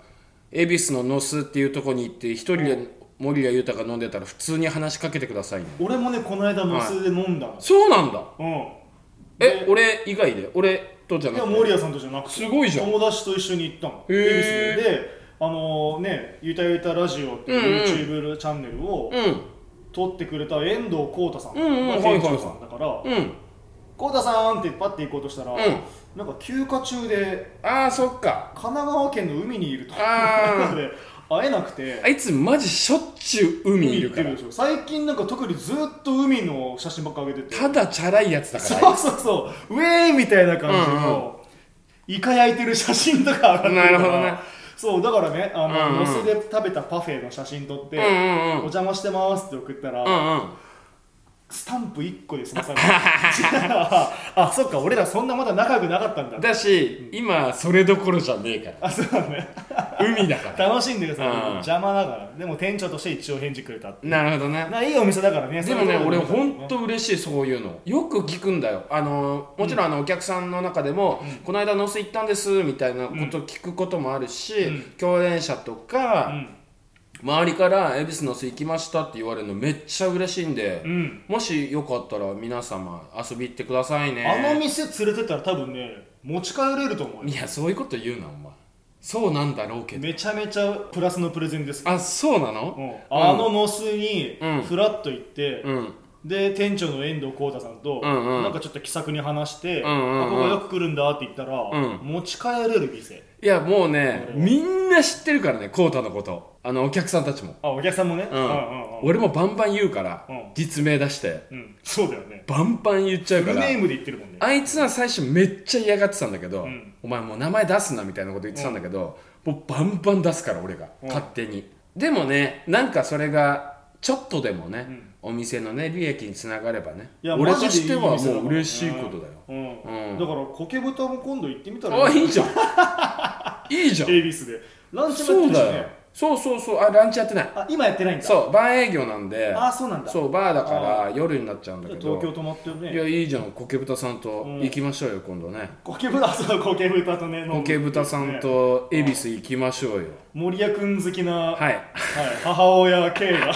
[SPEAKER 1] 恵比寿のノスっていうとこに行って一人で森谷豊が飲んでたら普通に話しかけてくださいね
[SPEAKER 2] 俺もねこの間無数で飲んだもん、
[SPEAKER 1] そうなんだ
[SPEAKER 2] うん
[SPEAKER 1] え
[SPEAKER 2] で
[SPEAKER 1] 俺以外で俺とじゃ
[SPEAKER 2] い
[SPEAKER 1] な
[SPEAKER 2] や
[SPEAKER 1] くて
[SPEAKER 2] 守屋さんとじゃなくて
[SPEAKER 1] すごいじゃん
[SPEAKER 2] 友達と一緒に行ったもん
[SPEAKER 1] へー
[SPEAKER 2] 恵比寿であのね「ゆたゆたラジオ」っていう YouTube チャンネルを
[SPEAKER 1] うん
[SPEAKER 2] 撮ってくれた遠藤浩太さんが
[SPEAKER 1] うんうんはいはいはい
[SPEAKER 2] 店長さんだから
[SPEAKER 1] うん
[SPEAKER 2] 「浩太さん」ってパッて行こうとしたら、
[SPEAKER 1] うん
[SPEAKER 2] なんか休暇中で
[SPEAKER 1] ああそっか
[SPEAKER 2] 神奈川県の海にいると
[SPEAKER 1] あー
[SPEAKER 2] なので 会えなくて
[SPEAKER 1] あいつマジしょっちゅう海いるから
[SPEAKER 2] でしょ最近なんか特にずっと海の写真ばっか上げてて
[SPEAKER 1] ただチャラいやつだから
[SPEAKER 2] そうそうそうウェーイみたいな感じの、イカ焼いてる写真とか上がってるか
[SPEAKER 1] な
[SPEAKER 2] ら
[SPEAKER 1] るほどね
[SPEAKER 2] そうだからねあの、
[SPEAKER 1] うんうん
[SPEAKER 2] 乗せで食べたパフェの写真撮って、
[SPEAKER 1] うんうん
[SPEAKER 2] お
[SPEAKER 1] うん
[SPEAKER 2] 邪魔してますって送ったら、
[SPEAKER 1] うんうん
[SPEAKER 2] スタンプ1個で済まされたあそっか俺らそんなまだ仲良くなかったんだ
[SPEAKER 1] だし今それどころじゃねえから
[SPEAKER 2] あそうだね
[SPEAKER 1] 海だから
[SPEAKER 2] 楽しんでください、
[SPEAKER 1] うん
[SPEAKER 2] 邪魔だからでも店長として一応返事くれたって
[SPEAKER 1] なるほどね
[SPEAKER 2] ないいお店だからね
[SPEAKER 1] でもね
[SPEAKER 2] そうい
[SPEAKER 1] 俺
[SPEAKER 2] うところだから
[SPEAKER 1] 本当嬉しいそういうのよく聞くんだよあのもちろんあのお客さんの中でも「この間のせ行ったんです」みたいなこと聞くこともあるし、
[SPEAKER 2] うん
[SPEAKER 1] 共演者と
[SPEAKER 2] う
[SPEAKER 1] か、
[SPEAKER 2] ん
[SPEAKER 1] 周りから「恵比寿の巣行きました」って言われるのめっちゃ嬉しいんで、
[SPEAKER 2] うん
[SPEAKER 1] もしよかったら皆様遊び行ってくださいね
[SPEAKER 2] あの店連れてったら多分ね持ち帰れると思う
[SPEAKER 1] い
[SPEAKER 2] よ
[SPEAKER 1] やそういうこと言うなお前そうなんだろうけど
[SPEAKER 2] めちゃめちゃプラスのプレゼンですよ
[SPEAKER 1] あそうな
[SPEAKER 2] う
[SPEAKER 1] の
[SPEAKER 2] んあのノスに
[SPEAKER 1] うん
[SPEAKER 2] フラッと行って、
[SPEAKER 1] うん、
[SPEAKER 2] で店長の遠藤浩太さんと、
[SPEAKER 1] うんうん
[SPEAKER 2] なんかちょっと気さくに話して、
[SPEAKER 1] うんうんうん
[SPEAKER 2] あここよく来るんだって言ったら、
[SPEAKER 1] うん
[SPEAKER 2] 持ち帰れる店
[SPEAKER 1] いやもうねみんな知ってるからね浩太のことあのお客さんたちも、
[SPEAKER 2] あお客さんもね、
[SPEAKER 1] うん
[SPEAKER 2] うんうんうん
[SPEAKER 1] 俺もバンバン言うから、
[SPEAKER 2] うん
[SPEAKER 1] 実名出して
[SPEAKER 2] うんそうだよね
[SPEAKER 1] バンバン言っちゃう
[SPEAKER 2] フ
[SPEAKER 1] か
[SPEAKER 2] ル
[SPEAKER 1] ら
[SPEAKER 2] ネームで言ってるもんね
[SPEAKER 1] あいつは最初めっちゃ嫌がってたんだけど、
[SPEAKER 2] うん
[SPEAKER 1] お前もう名前出すなみたいなこと言ってたんだけど、もうバンバン出すから俺が、
[SPEAKER 2] うん
[SPEAKER 1] 勝手にでもねなんかそれがちょっとでもね、
[SPEAKER 2] ん
[SPEAKER 1] お店のね利益につながればね
[SPEAKER 2] いや
[SPEAKER 1] 俺
[SPEAKER 2] マ
[SPEAKER 1] と
[SPEAKER 2] ジでいい
[SPEAKER 1] しては
[SPEAKER 2] 店だ
[SPEAKER 1] も
[SPEAKER 2] から
[SPEAKER 1] う
[SPEAKER 2] ね
[SPEAKER 1] 嬉しいことだよ、
[SPEAKER 2] うん
[SPEAKER 1] うん
[SPEAKER 2] だからコケブタも今度行ってみた
[SPEAKER 1] あ
[SPEAKER 2] ら
[SPEAKER 1] いいじゃんいいじゃん
[SPEAKER 2] 恵比寿でランチも
[SPEAKER 1] そ
[SPEAKER 2] やっ
[SPEAKER 1] う
[SPEAKER 2] てるし
[SPEAKER 1] だよ
[SPEAKER 2] ね
[SPEAKER 1] そうそうそうあランチやってない
[SPEAKER 2] あ今やってないんだ
[SPEAKER 1] そうバー営業なんで
[SPEAKER 2] あそうなんだ
[SPEAKER 1] そうバーだから夜になっちゃうんだけ
[SPEAKER 2] 東
[SPEAKER 1] ど
[SPEAKER 2] 京泊まってる
[SPEAKER 1] い
[SPEAKER 2] ね
[SPEAKER 1] やいいじゃんコケブタさんと
[SPEAKER 2] うん
[SPEAKER 1] 行きましょうよ、今度ね
[SPEAKER 2] コケブタ そうコケブタ とね飲む
[SPEAKER 1] コケブタさん
[SPEAKER 2] ね
[SPEAKER 1] と恵比寿行きましょうよ、
[SPEAKER 2] 森谷君好 きな、はい
[SPEAKER 1] はい
[SPEAKER 2] 母親 K が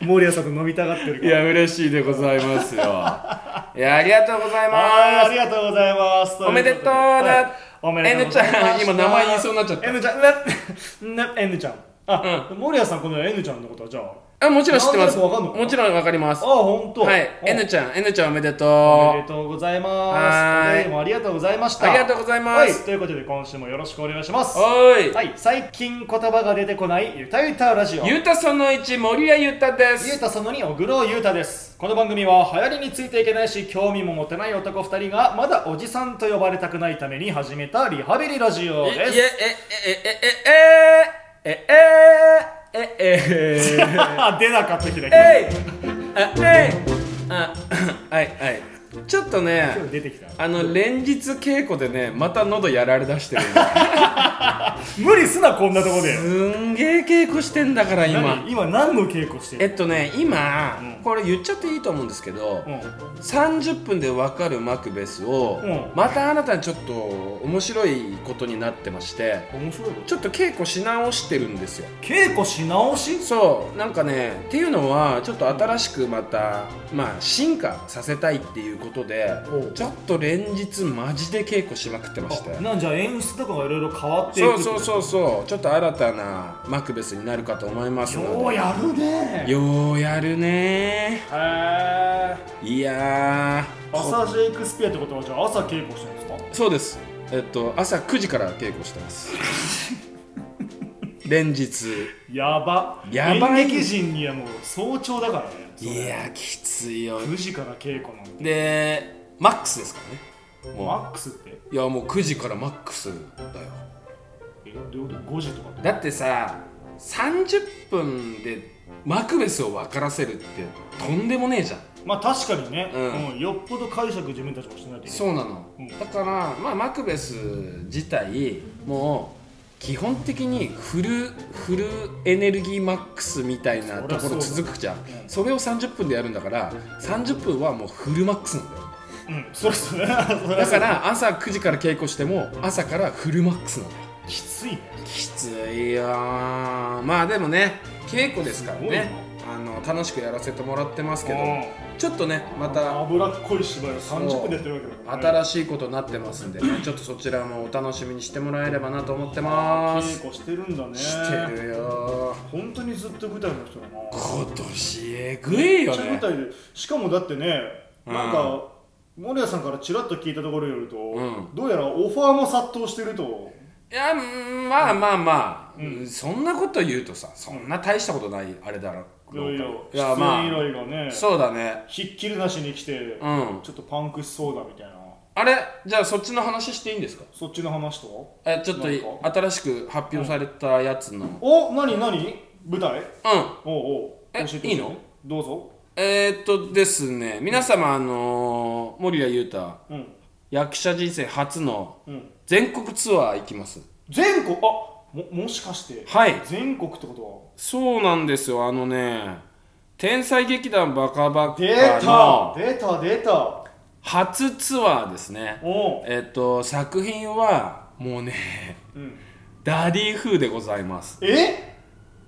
[SPEAKER 2] 森谷さんと飲みたがってるか
[SPEAKER 1] い
[SPEAKER 2] ら
[SPEAKER 1] や嬉しいでございますよ いやありがとうござい
[SPEAKER 2] はいあ
[SPEAKER 1] ま
[SPEAKER 2] りがとうございます
[SPEAKER 1] おめでとうな
[SPEAKER 2] はいおめでとうございま
[SPEAKER 1] N ちゃん今名前言いそうになっちゃった
[SPEAKER 2] N ちゃん なな N ちゃんあ、森谷さんこの N ちゃんのことはじゃあ
[SPEAKER 1] すあもちろん知ってます
[SPEAKER 2] なんとなくわかんのかな
[SPEAKER 1] もちろんわかりま
[SPEAKER 2] あ
[SPEAKER 1] す
[SPEAKER 2] 本当
[SPEAKER 1] はい
[SPEAKER 2] お
[SPEAKER 1] N ちゃん N ちゃんおめでとう
[SPEAKER 2] おめでとうございます
[SPEAKER 1] はーい
[SPEAKER 2] お便りもありがとうございました
[SPEAKER 1] ありがとうございます
[SPEAKER 2] はいということで今週もよろしくお願いしますは
[SPEAKER 1] おーい
[SPEAKER 2] い最近言葉が出てこないゆたゆたラジオ
[SPEAKER 1] ゆうたその1森谷ゆうたで
[SPEAKER 2] ゆう
[SPEAKER 1] す
[SPEAKER 2] たその2小黒ゆうたですこの番組は流行りについていけないし興味も持てない男2人がまだおじさんと呼ばれたくないために始めたリハビリラジオ
[SPEAKER 1] ええ
[SPEAKER 2] です
[SPEAKER 1] ええええええええええええ
[SPEAKER 2] 出なかった日だ
[SPEAKER 1] え
[SPEAKER 2] け
[SPEAKER 1] いあえいあ はいはいちょっとね
[SPEAKER 2] 今日出てきた
[SPEAKER 1] あの連日稽古でねまた喉やられだしてる
[SPEAKER 2] 無理すなこんなとこです
[SPEAKER 1] んげえ稽古してんだから今
[SPEAKER 2] 何今何の稽古して
[SPEAKER 1] え
[SPEAKER 2] る
[SPEAKER 1] っとね今、
[SPEAKER 2] うん
[SPEAKER 1] これ言っちゃっていいと思うんですけど、
[SPEAKER 2] うん
[SPEAKER 1] 30分で分かるマクベスを、
[SPEAKER 2] うん
[SPEAKER 1] またあなたにちょっと面白いことになってまして
[SPEAKER 2] 面白いこ
[SPEAKER 1] ちょっと稽古し直してるんですよ
[SPEAKER 2] と稽古し直し
[SPEAKER 1] そうなんかねっていうのはちょっと新しくまた、まあ、進化させたいっていうことで
[SPEAKER 2] おう
[SPEAKER 1] ちょっと連日マジで稽古しまくってまして
[SPEAKER 2] あなんじゃあ演出とかがいろいろ変わっていく
[SPEAKER 1] そうそうそうそうちょっと新たなマクベスになるかと思いますので
[SPEAKER 2] ようやるねへ
[SPEAKER 1] ようやるね
[SPEAKER 2] え
[SPEAKER 1] いやー
[SPEAKER 2] 朝シェイクスピアってことはじゃあ朝稽古してるんですか
[SPEAKER 1] そうですえっと朝9時から稽古してます 連日
[SPEAKER 2] やば
[SPEAKER 1] やばい
[SPEAKER 2] 演劇人にはもう早朝だからねそれ
[SPEAKER 1] いやきついよ
[SPEAKER 2] 9時から稽古なんて
[SPEAKER 1] でマックスですからね
[SPEAKER 2] マ
[SPEAKER 1] も
[SPEAKER 2] ックスって
[SPEAKER 1] ういやもう9時からマックスだよ
[SPEAKER 2] えどういうこと5時とかって
[SPEAKER 1] だってさ30分でマクベスを分からせるってとんでもねえじゃん
[SPEAKER 2] まあ確かにね、
[SPEAKER 1] う
[SPEAKER 2] うんんよっぽど解釈自分たちもしてないといけない
[SPEAKER 1] そうなの、
[SPEAKER 2] うん
[SPEAKER 1] だから、まあ、マクベス自体もう基本的にフルフルエネルギーマックスみたいなところ
[SPEAKER 2] そりゃそうだ
[SPEAKER 1] 続くじゃん
[SPEAKER 2] うん
[SPEAKER 1] それを30分でやるんだから30分はもうフルマックスなんだよ
[SPEAKER 2] うんそうですねそれ
[SPEAKER 1] だから朝9時から稽古しても朝からフルマックスなんだよ
[SPEAKER 2] きついね
[SPEAKER 1] きついよーまあでもね稽古ですから
[SPEAKER 2] すごいな
[SPEAKER 1] ねあの楽しくやらせてもらってますけど
[SPEAKER 2] うん
[SPEAKER 1] ちょっとねまた
[SPEAKER 2] 脂っこい芝居を30分でやってるわけだから、ね、
[SPEAKER 1] 新しいことになってますんで、ね、ちょっとそちらもお楽しみにしてもらえればなと思ってます
[SPEAKER 2] 稽。古してるんだね
[SPEAKER 1] してるよ。
[SPEAKER 2] 本当にずっと舞台の人だな
[SPEAKER 1] 今年えぐいよ
[SPEAKER 2] めっ
[SPEAKER 1] ね
[SPEAKER 2] ちゃ。舞台でしかもだってね
[SPEAKER 1] うん
[SPEAKER 2] なんか森谷さんからちらっと聞いたところによると、
[SPEAKER 1] ん
[SPEAKER 2] どうやらオファーも殺到してると
[SPEAKER 1] いや、まあまあまあ、
[SPEAKER 2] うん
[SPEAKER 1] そんなこと言うとさ、そんな大したことないあれだろう
[SPEAKER 2] いやいや
[SPEAKER 1] いやま
[SPEAKER 2] 出
[SPEAKER 1] あ、
[SPEAKER 2] 演依頼がね
[SPEAKER 1] そうだね。
[SPEAKER 2] ひっきりなしに来て、
[SPEAKER 1] うん。
[SPEAKER 2] ちょっとパンクしそうだみたいな
[SPEAKER 1] あれ、じゃあそっちの話していいんですか
[SPEAKER 2] そっちの話と
[SPEAKER 1] えちょっと
[SPEAKER 2] なんか
[SPEAKER 1] 新しく発表されたやつの。うん。
[SPEAKER 2] お何何舞台おうおう
[SPEAKER 1] え
[SPEAKER 2] 教えて
[SPEAKER 1] いいの
[SPEAKER 2] どうぞ
[SPEAKER 1] えー、っとですね、皆様、あのー、森谷裕太、
[SPEAKER 2] うん
[SPEAKER 1] 役者人生初の
[SPEAKER 2] うん
[SPEAKER 1] 全国ツアー行きます
[SPEAKER 2] 全国あももしかして
[SPEAKER 1] はい
[SPEAKER 2] 全国ってこ
[SPEAKER 1] そうなんですよあのね天才劇団バカバ
[SPEAKER 2] とは出
[SPEAKER 1] カの
[SPEAKER 2] た出た出た
[SPEAKER 1] 初ツアーですね
[SPEAKER 2] おう、
[SPEAKER 1] えっと作品はもうね
[SPEAKER 2] うん、
[SPEAKER 1] ダディ風でございます
[SPEAKER 2] え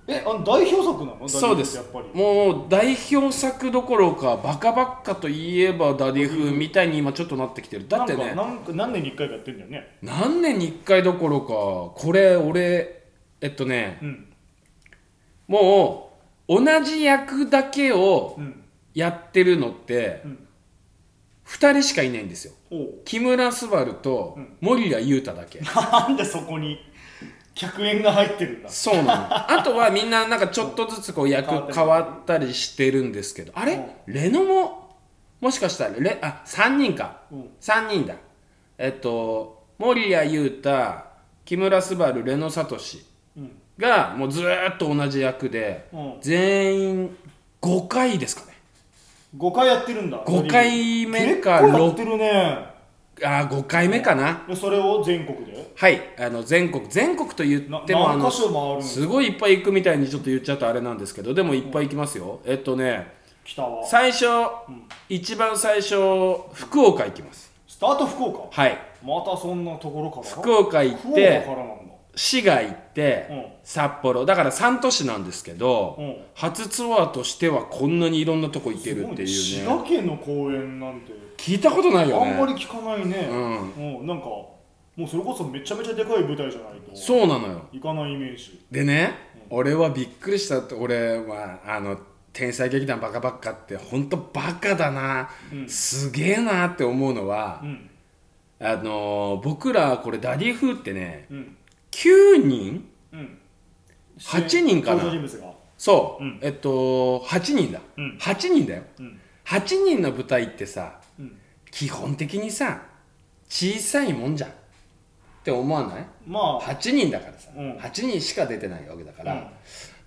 [SPEAKER 2] えあの代表作なの
[SPEAKER 1] そうです
[SPEAKER 2] ダディってやっぱり
[SPEAKER 1] もう代表作どころかバカバカといえばダディ風みたいに今ちょっとなってきてるだってね
[SPEAKER 2] なんかなんか何年に1回かやってんだよね
[SPEAKER 1] 何年に1回どころかこれ俺えっとね
[SPEAKER 2] うん
[SPEAKER 1] もう同じ役だけを
[SPEAKER 2] うん
[SPEAKER 1] やってるのって、
[SPEAKER 2] うん
[SPEAKER 1] 2人しかいないんですよ
[SPEAKER 2] おう
[SPEAKER 1] 木村昴と
[SPEAKER 2] うん
[SPEAKER 1] 森谷裕太だけ、
[SPEAKER 2] なんでそこに100円が入ってるんだ
[SPEAKER 1] そうな のあとはみんななんかちょっとずつこう役変わったりしてるんですけどあれレノももしかしたらレあ3人か、
[SPEAKER 2] うん
[SPEAKER 1] 3人だえっと守谷裕太木村昴レノ聡
[SPEAKER 2] うん
[SPEAKER 1] がもうずーっと同じ役で、
[SPEAKER 2] うん
[SPEAKER 1] 全員5回ですかね
[SPEAKER 2] 5回やってるんだ
[SPEAKER 1] 5回目か
[SPEAKER 2] 結構やってるね
[SPEAKER 1] あ5回目かな
[SPEAKER 2] でそれを全国で
[SPEAKER 1] はいあの全国全国と言
[SPEAKER 2] な
[SPEAKER 1] ってもあ
[SPEAKER 2] 何
[SPEAKER 1] の
[SPEAKER 2] 箇所回るん
[SPEAKER 1] すごいいっぱい行くみたいにちょっと言っちゃうとあれなんですけどでもいっぱい行きますよ、えっとね
[SPEAKER 2] 北は
[SPEAKER 1] 最初、一番最初福岡行きます
[SPEAKER 2] スタート福岡
[SPEAKER 1] はい
[SPEAKER 2] またそんなところから
[SPEAKER 1] 福岡行っ
[SPEAKER 2] 福
[SPEAKER 1] て
[SPEAKER 2] 岡からなんだ
[SPEAKER 1] 滋賀行って、
[SPEAKER 2] うん
[SPEAKER 1] 札幌だから3都市なんですけど、
[SPEAKER 2] うん
[SPEAKER 1] 初ツアーとしてはこんなにいろんなとこ行けるってい
[SPEAKER 2] す
[SPEAKER 1] う
[SPEAKER 2] ごね
[SPEAKER 1] ね
[SPEAKER 2] 滋賀県の公園なんて
[SPEAKER 1] 聞いたことないよ
[SPEAKER 2] あんま
[SPEAKER 1] ね
[SPEAKER 2] り聞かないね
[SPEAKER 1] う
[SPEAKER 2] うん、なんかもうそれこそめちゃめちゃでかい舞台じゃないと
[SPEAKER 1] そうなのよ
[SPEAKER 2] 行かないイメージ
[SPEAKER 1] でね、俺はびっくりしたって俺はあの天才劇団バカバカって本当バカだな、
[SPEAKER 2] うん
[SPEAKER 1] すげえなって思うのは
[SPEAKER 2] う、ん
[SPEAKER 1] あのー僕らこれダディ風ってね
[SPEAKER 2] うん
[SPEAKER 1] 9人
[SPEAKER 2] うん
[SPEAKER 1] 8人かな
[SPEAKER 2] 登場人物が
[SPEAKER 1] そう、
[SPEAKER 2] うん
[SPEAKER 1] えっと8人だ、
[SPEAKER 2] うん
[SPEAKER 1] 8人だよ
[SPEAKER 2] うん
[SPEAKER 1] 8人の舞台ってさ
[SPEAKER 2] うん
[SPEAKER 1] 基本的にさ小さいもんじゃんって思わない
[SPEAKER 2] まあ
[SPEAKER 1] 8人だからさ、
[SPEAKER 2] うん
[SPEAKER 1] 8人しか出てないわけだから、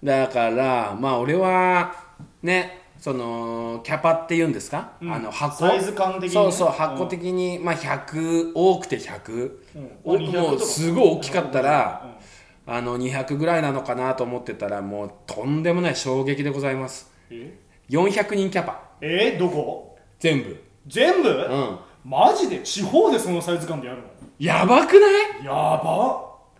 [SPEAKER 1] だからまあ俺はねそのキャパっていうんですか、
[SPEAKER 2] うん
[SPEAKER 1] あの箱
[SPEAKER 2] サイズ感的にね
[SPEAKER 1] そうそう箱的に、まあ100多くて100、
[SPEAKER 2] うん
[SPEAKER 1] おもうすごい大きかったら、
[SPEAKER 2] うん
[SPEAKER 1] あの200ぐらいなのかなと思ってたらもうとんでもない衝撃でございます
[SPEAKER 2] え
[SPEAKER 1] 400人キャパ
[SPEAKER 2] えどこ
[SPEAKER 1] 全部
[SPEAKER 2] 全部、
[SPEAKER 1] うん
[SPEAKER 2] マジで地方でそのサイズ感でやるの
[SPEAKER 1] やばくない
[SPEAKER 2] やばっ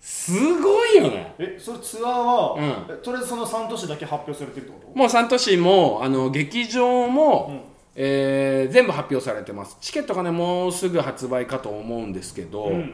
[SPEAKER 1] すごいよね
[SPEAKER 2] えそれツアーは、
[SPEAKER 1] う
[SPEAKER 2] えとりあえずその3都市だけ発表されてるってこ
[SPEAKER 1] もう3都市もあの劇場も、
[SPEAKER 2] うん
[SPEAKER 1] えー全部発表されてますチケットがねもうすぐ発売かと思うんですけど、
[SPEAKER 2] とうん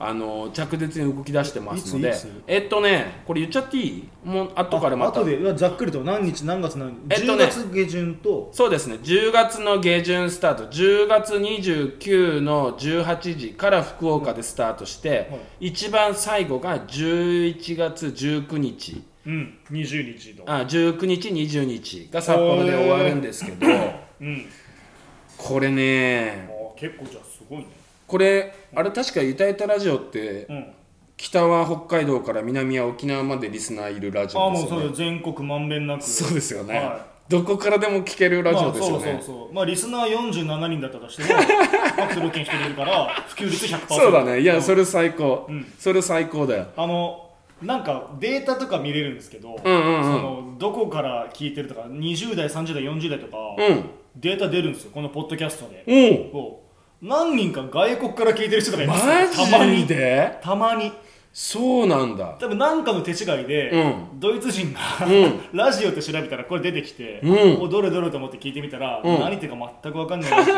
[SPEAKER 1] あの着実に動き出してますので
[SPEAKER 3] いついつ
[SPEAKER 1] えっとねこれ言っちゃっていいもう後からまた
[SPEAKER 3] あ後でうわざっくりと何日何月何日、
[SPEAKER 1] えっとね
[SPEAKER 3] 10月下旬と
[SPEAKER 1] そうですね10月の下旬スタート10月29の18時から福岡でスタートして、一番最後が11月19日
[SPEAKER 2] うん20日と
[SPEAKER 1] あ19日20日が札幌で終わるんですけど
[SPEAKER 2] うん
[SPEAKER 1] これ
[SPEAKER 2] あ
[SPEAKER 1] ね
[SPEAKER 2] ー結構じゃあすごいね
[SPEAKER 1] これあれ確か「ゆたゆたラジオ」って
[SPEAKER 2] うん
[SPEAKER 1] 北は北海道から南は沖縄までリスナーいるラジ
[SPEAKER 2] ああ
[SPEAKER 1] オで
[SPEAKER 2] も
[SPEAKER 1] す
[SPEAKER 2] うそ
[SPEAKER 1] よ
[SPEAKER 2] う
[SPEAKER 1] ね
[SPEAKER 2] よ全国まんべんなく
[SPEAKER 1] そうですよね、
[SPEAKER 2] は
[SPEAKER 1] どこからでも聞けるラジオですよ
[SPEAKER 2] まあ、
[SPEAKER 1] ね
[SPEAKER 2] そうそうそうまあリスナー47人だったとして も各都道府県一人いるから普及率100%
[SPEAKER 1] そうだねいやそれ最高、
[SPEAKER 2] うん
[SPEAKER 1] それ最高だよ
[SPEAKER 2] あのなんかデータとか見れるんですけど、
[SPEAKER 1] うんうんうん
[SPEAKER 2] そのどこから聞いてるとか20代30代40代とか、
[SPEAKER 1] うん
[SPEAKER 2] データ出るんですよこのポッドキャストで、
[SPEAKER 1] おう
[SPEAKER 2] こう何人か外国から聞いてる人とかいます
[SPEAKER 1] マ
[SPEAKER 2] たま
[SPEAKER 1] ジ
[SPEAKER 2] に
[SPEAKER 1] で
[SPEAKER 2] たまに
[SPEAKER 1] そうなんだ
[SPEAKER 2] 多分何かの手違いで、
[SPEAKER 1] う
[SPEAKER 2] ドイツ人が、
[SPEAKER 1] う
[SPEAKER 2] ラジオって調べたらこれ出てきて、
[SPEAKER 1] うん
[SPEAKER 2] おどれどれと思って聞いてみたら、
[SPEAKER 1] うん
[SPEAKER 2] 何言ってるか全く分かんないなって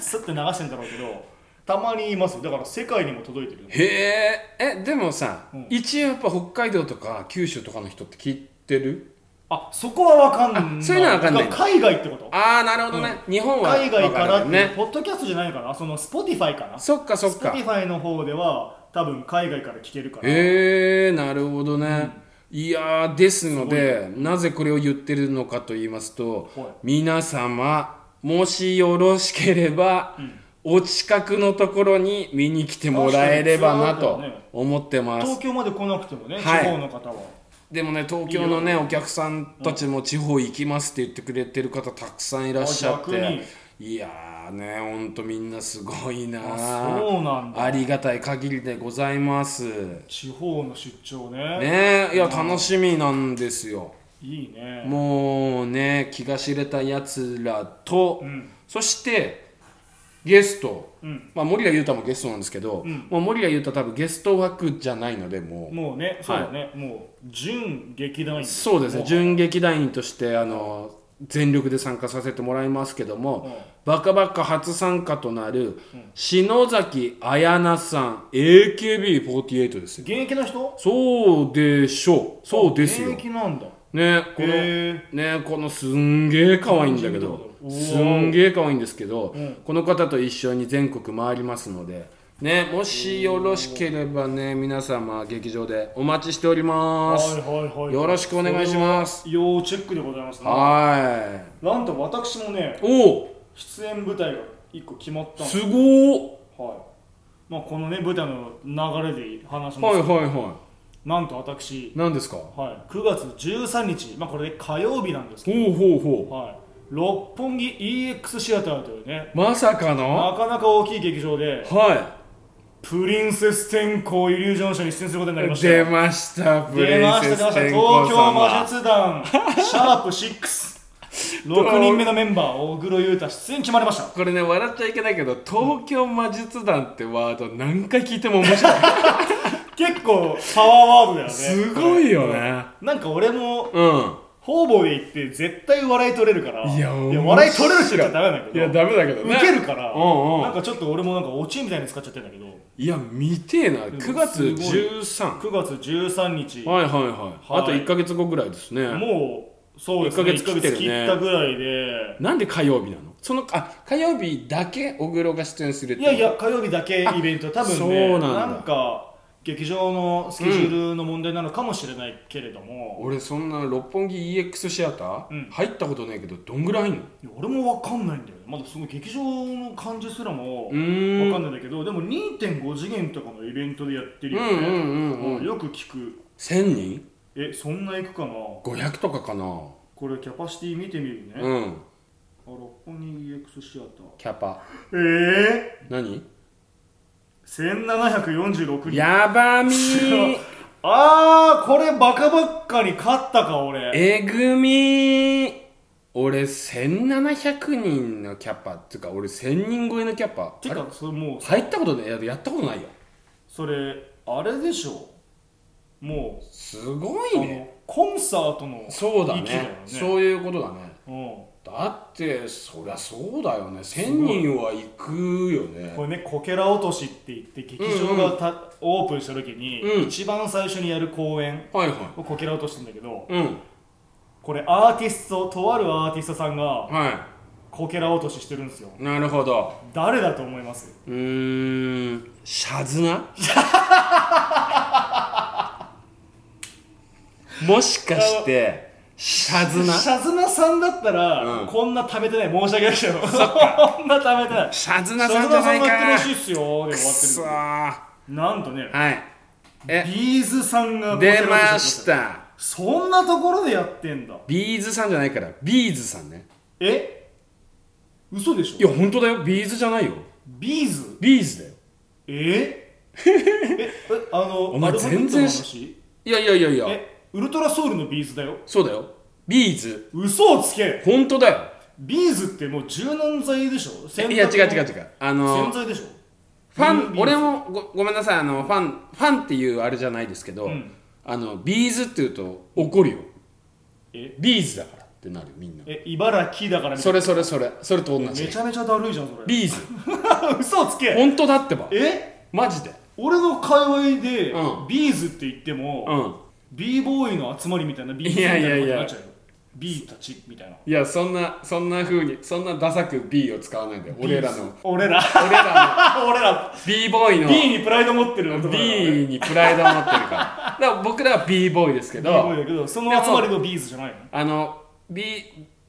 [SPEAKER 2] スッて流してんだろうけどたまにいますよだから世界にも届いてる
[SPEAKER 1] へええでもさ、
[SPEAKER 2] うん
[SPEAKER 1] 一応やっぱ北海道とか九州とかの人って聞いてる
[SPEAKER 2] あそこは分かんな
[SPEAKER 1] あ
[SPEAKER 2] い
[SPEAKER 1] そういうのは分かんない
[SPEAKER 2] だら海外ってこと
[SPEAKER 1] ああなるほどね、日本は
[SPEAKER 2] 海外からって、
[SPEAKER 1] 分ないね
[SPEAKER 2] ポッドキャストじゃないのかなその Spotify かな
[SPEAKER 1] そっかそっか
[SPEAKER 2] Spotify の方では多分海外から聞けるから、
[SPEAKER 1] へえなるほどね、いやーですのでなぜこれを言ってるのかと言いますと
[SPEAKER 2] はい
[SPEAKER 1] 皆様もしよろしければ、お近くのところに見に来てもらえればなと
[SPEAKER 2] 確かにそうだよね
[SPEAKER 1] 思ってます
[SPEAKER 2] 東京まで来なくてもね、
[SPEAKER 1] はい
[SPEAKER 2] 地方の方は
[SPEAKER 1] でもね東京のねお客さんたちも地方行きますって言ってくれてる方たくさんいらっしゃっ
[SPEAKER 2] あ逆
[SPEAKER 1] ていやーねほんとみんなすごいな
[SPEAKER 2] あそうなんだ
[SPEAKER 1] ありがたい限りでございますね
[SPEAKER 2] 地方の出張ね
[SPEAKER 1] いや楽しみなんですよ
[SPEAKER 2] いいね
[SPEAKER 1] もうね気が知れたやつらと、
[SPEAKER 2] ん
[SPEAKER 1] そしてゲスト、
[SPEAKER 2] うん
[SPEAKER 1] まあ、森谷裕太もゲストなんですけど、もう森谷裕太多分ゲスト枠じゃないのでもう
[SPEAKER 2] もうね、そうだね、もう準劇団員
[SPEAKER 1] そうですね
[SPEAKER 2] も
[SPEAKER 1] 準劇団員としてあの全力で参加させてもらいますけども、
[SPEAKER 2] うん
[SPEAKER 1] バカバカ初参加となる篠崎綾菜さん AKB48 ですよ
[SPEAKER 2] 現役の人
[SPEAKER 1] そうでしょうそうですよ
[SPEAKER 2] 現役なんだ
[SPEAKER 1] ねこの
[SPEAKER 2] へ
[SPEAKER 1] ねこのすんげえ可愛いんだけど
[SPEAKER 2] うわ
[SPEAKER 1] すんげえ可愛いんですけど、
[SPEAKER 2] うん
[SPEAKER 1] この方と一緒に全国回りますのでねもしよろしければね皆様劇場でお待ちしております
[SPEAKER 2] はいはい
[SPEAKER 1] よろしくお願いします
[SPEAKER 2] それは要チェックでございますね
[SPEAKER 1] は
[SPEAKER 2] なんと私もね
[SPEAKER 1] いおお
[SPEAKER 2] 出演舞台が一個決まったんです
[SPEAKER 1] すご
[SPEAKER 2] はいまあこのね舞台の流れで話し
[SPEAKER 1] ー
[SPEAKER 2] ま
[SPEAKER 1] はい
[SPEAKER 2] す、
[SPEAKER 1] はいは
[SPEAKER 2] なんと私
[SPEAKER 1] い何ですか
[SPEAKER 2] はい9月13日まあこれ火曜日なんですけ
[SPEAKER 1] ほうほうほ
[SPEAKER 2] どはい六本木 EX シアターというね
[SPEAKER 1] うまさかの
[SPEAKER 2] なかなか大きい劇場で
[SPEAKER 1] は
[SPEAKER 2] プリンセス天候イリュージョンショーに出演することになりま
[SPEAKER 1] い
[SPEAKER 2] した
[SPEAKER 1] 出ましたプ
[SPEAKER 2] 出
[SPEAKER 1] リン
[SPEAKER 2] まし
[SPEAKER 1] セ
[SPEAKER 2] た出ま
[SPEAKER 1] ス
[SPEAKER 2] した
[SPEAKER 1] 天
[SPEAKER 2] 東
[SPEAKER 1] 候
[SPEAKER 2] 京魔
[SPEAKER 1] 様
[SPEAKER 2] 術団シャープ66人目のメンバー大黒優太出演決まりました
[SPEAKER 1] これね笑っちゃいけないけど東京魔術団ってワード何回聞いても面白い
[SPEAKER 2] 結構パワーワードだよね
[SPEAKER 1] すごいよね
[SPEAKER 2] なんか俺も
[SPEAKER 1] うん
[SPEAKER 2] 方々で行って絶対笑い取れるから
[SPEAKER 1] いや
[SPEAKER 2] 笑い取れる人じゃダメなんだ
[SPEAKER 1] い
[SPEAKER 2] け
[SPEAKER 1] や
[SPEAKER 2] ど
[SPEAKER 1] ダメだけどね
[SPEAKER 2] 受けるから、
[SPEAKER 1] うんうん
[SPEAKER 2] なんかちょっと俺もなんかオチみたいに使っちゃってんだけど
[SPEAKER 1] いや見てえな
[SPEAKER 2] も
[SPEAKER 1] 9月13
[SPEAKER 2] 9月13日、
[SPEAKER 1] はいはいはいあと1か月後ぐらいですね
[SPEAKER 2] もうそうで
[SPEAKER 1] 1
[SPEAKER 2] す
[SPEAKER 1] ヶ
[SPEAKER 2] 1ヶ
[SPEAKER 1] 月切
[SPEAKER 2] 月
[SPEAKER 1] ってるね
[SPEAKER 2] 切ったぐらいで
[SPEAKER 1] なんで火曜日なのそのあ火曜日だけ小黒が出演するって
[SPEAKER 2] いやいや火曜日だけイベント多分ね
[SPEAKER 1] そうなんだ
[SPEAKER 2] なんか劇場のスケジュールの問題なのかもしれないけれども、
[SPEAKER 1] 俺そんな六本木 EX シアター、
[SPEAKER 2] うん
[SPEAKER 1] 入ったことないけどどんぐらい入んの
[SPEAKER 2] いや俺も分かんないんだよねまだその劇場の感じすらも
[SPEAKER 1] う
[SPEAKER 2] 分
[SPEAKER 1] ー
[SPEAKER 2] かん
[SPEAKER 1] ん
[SPEAKER 2] ないんだけどでも2.5次元とかのイベントでやってるよね、
[SPEAKER 1] うんうんうんうん
[SPEAKER 2] よく聞く
[SPEAKER 1] 1000人
[SPEAKER 2] えそんな行くかな
[SPEAKER 1] ?500 とかかな
[SPEAKER 2] これキャパシティ見てみるね、あ
[SPEAKER 1] うん
[SPEAKER 2] 六本木 EX シアター
[SPEAKER 1] キャパ
[SPEAKER 2] ええ
[SPEAKER 1] 何
[SPEAKER 2] 1746人
[SPEAKER 1] やばみー
[SPEAKER 2] あーこれバカばっかに勝ったか俺
[SPEAKER 1] えぐみー俺1700人のキャパっていうか俺1000人超えのキャパ
[SPEAKER 2] てかそれもう
[SPEAKER 1] 入ったことないいややったことないよ
[SPEAKER 2] それあれでしょもう
[SPEAKER 1] すごいね
[SPEAKER 2] あのコンサートの
[SPEAKER 1] そうだね
[SPEAKER 2] 域だよね
[SPEAKER 1] そういうことだね
[SPEAKER 2] う
[SPEAKER 1] だってそりゃそうだよね1000人は行くよ
[SPEAKER 2] ん、
[SPEAKER 1] ね
[SPEAKER 2] これねこけら落としって言って劇場がた、オープンした時に、
[SPEAKER 1] うん
[SPEAKER 2] 一番最初にやる公演
[SPEAKER 1] はいはい
[SPEAKER 2] をこけら落としたんだけど
[SPEAKER 1] うん
[SPEAKER 2] これアーティストとあるアーティストさんが
[SPEAKER 1] は
[SPEAKER 2] こけら落とししてるんですよ
[SPEAKER 1] いなるほど
[SPEAKER 2] 誰だと思います
[SPEAKER 1] うーんシャズ ナもしかしてシャズナ
[SPEAKER 2] シャズナさんだったら、
[SPEAKER 1] うん
[SPEAKER 2] こんな貯めてない申し訳ないけど こんな貯めてない
[SPEAKER 1] シャズナさんじゃない
[SPEAKER 2] シャズナさんがやってる
[SPEAKER 1] から
[SPEAKER 2] しいっすよで終わっ
[SPEAKER 1] く
[SPEAKER 2] て
[SPEAKER 1] っ
[SPEAKER 2] る
[SPEAKER 1] そー
[SPEAKER 2] なんとね
[SPEAKER 1] はいえ
[SPEAKER 2] ビーズさんがこけら
[SPEAKER 1] 出
[SPEAKER 2] 落と
[SPEAKER 1] ま
[SPEAKER 2] し
[SPEAKER 1] し
[SPEAKER 2] してる
[SPEAKER 1] た
[SPEAKER 2] そんなところでやってんだ
[SPEAKER 1] ビーズさんじゃないからビーズさんね
[SPEAKER 2] え嘘でし
[SPEAKER 1] い
[SPEAKER 2] ょ
[SPEAKER 1] や本当だよビーズじゃないよ
[SPEAKER 2] ビーズ
[SPEAKER 1] ビーズだよ
[SPEAKER 2] えええあの
[SPEAKER 1] お前
[SPEAKER 2] アルファベットの
[SPEAKER 1] 全然
[SPEAKER 2] 話
[SPEAKER 1] いやいやいやいや
[SPEAKER 2] えウルトラソウルのビーズだよ
[SPEAKER 1] そうだよビーズ
[SPEAKER 2] 嘘をつけ
[SPEAKER 1] 本当だよ
[SPEAKER 2] ビーズってもう柔軟剤でしょ
[SPEAKER 1] え
[SPEAKER 2] 洗濯の
[SPEAKER 1] いや違う違う違うあの
[SPEAKER 2] 洗剤でしょ
[SPEAKER 1] ファン
[SPEAKER 2] ビーズ
[SPEAKER 1] 俺もごごめんなさいあのファンファンっていうあれじゃないですけど、
[SPEAKER 2] ん
[SPEAKER 1] あのビーズっていうと怒るよ
[SPEAKER 2] え
[SPEAKER 1] ビーズだからってなるよみんな
[SPEAKER 2] え茨城だからみた
[SPEAKER 1] そ
[SPEAKER 2] いな
[SPEAKER 1] れそれそれそれと同
[SPEAKER 2] め
[SPEAKER 1] じ
[SPEAKER 2] ちゃめちゃだるいじゃんそれ
[SPEAKER 1] ビーズ
[SPEAKER 2] 嘘をつけ
[SPEAKER 1] 本当だってば
[SPEAKER 2] え
[SPEAKER 1] マジで
[SPEAKER 2] 俺の界隈で、
[SPEAKER 1] うん
[SPEAKER 2] ビーズって言っても、
[SPEAKER 1] うん
[SPEAKER 2] ビーボーイの集まりみたいなビーズみたいなことになっちゃうよビーたちみたいない
[SPEAKER 1] やそんなそんな風にそんなダサく B を使わないで俺らの
[SPEAKER 2] 俺ら
[SPEAKER 1] 俺ら
[SPEAKER 2] 俺
[SPEAKER 1] の
[SPEAKER 2] ら
[SPEAKER 1] B ボーイの
[SPEAKER 2] B にプライド持ってる男だから俺
[SPEAKER 1] B にプライドを持ってるからだから僕らは B ボーイですけ
[SPEAKER 2] B ボーイ
[SPEAKER 1] ど
[SPEAKER 2] だけどその集まりのビーズじゃないの
[SPEAKER 1] あの B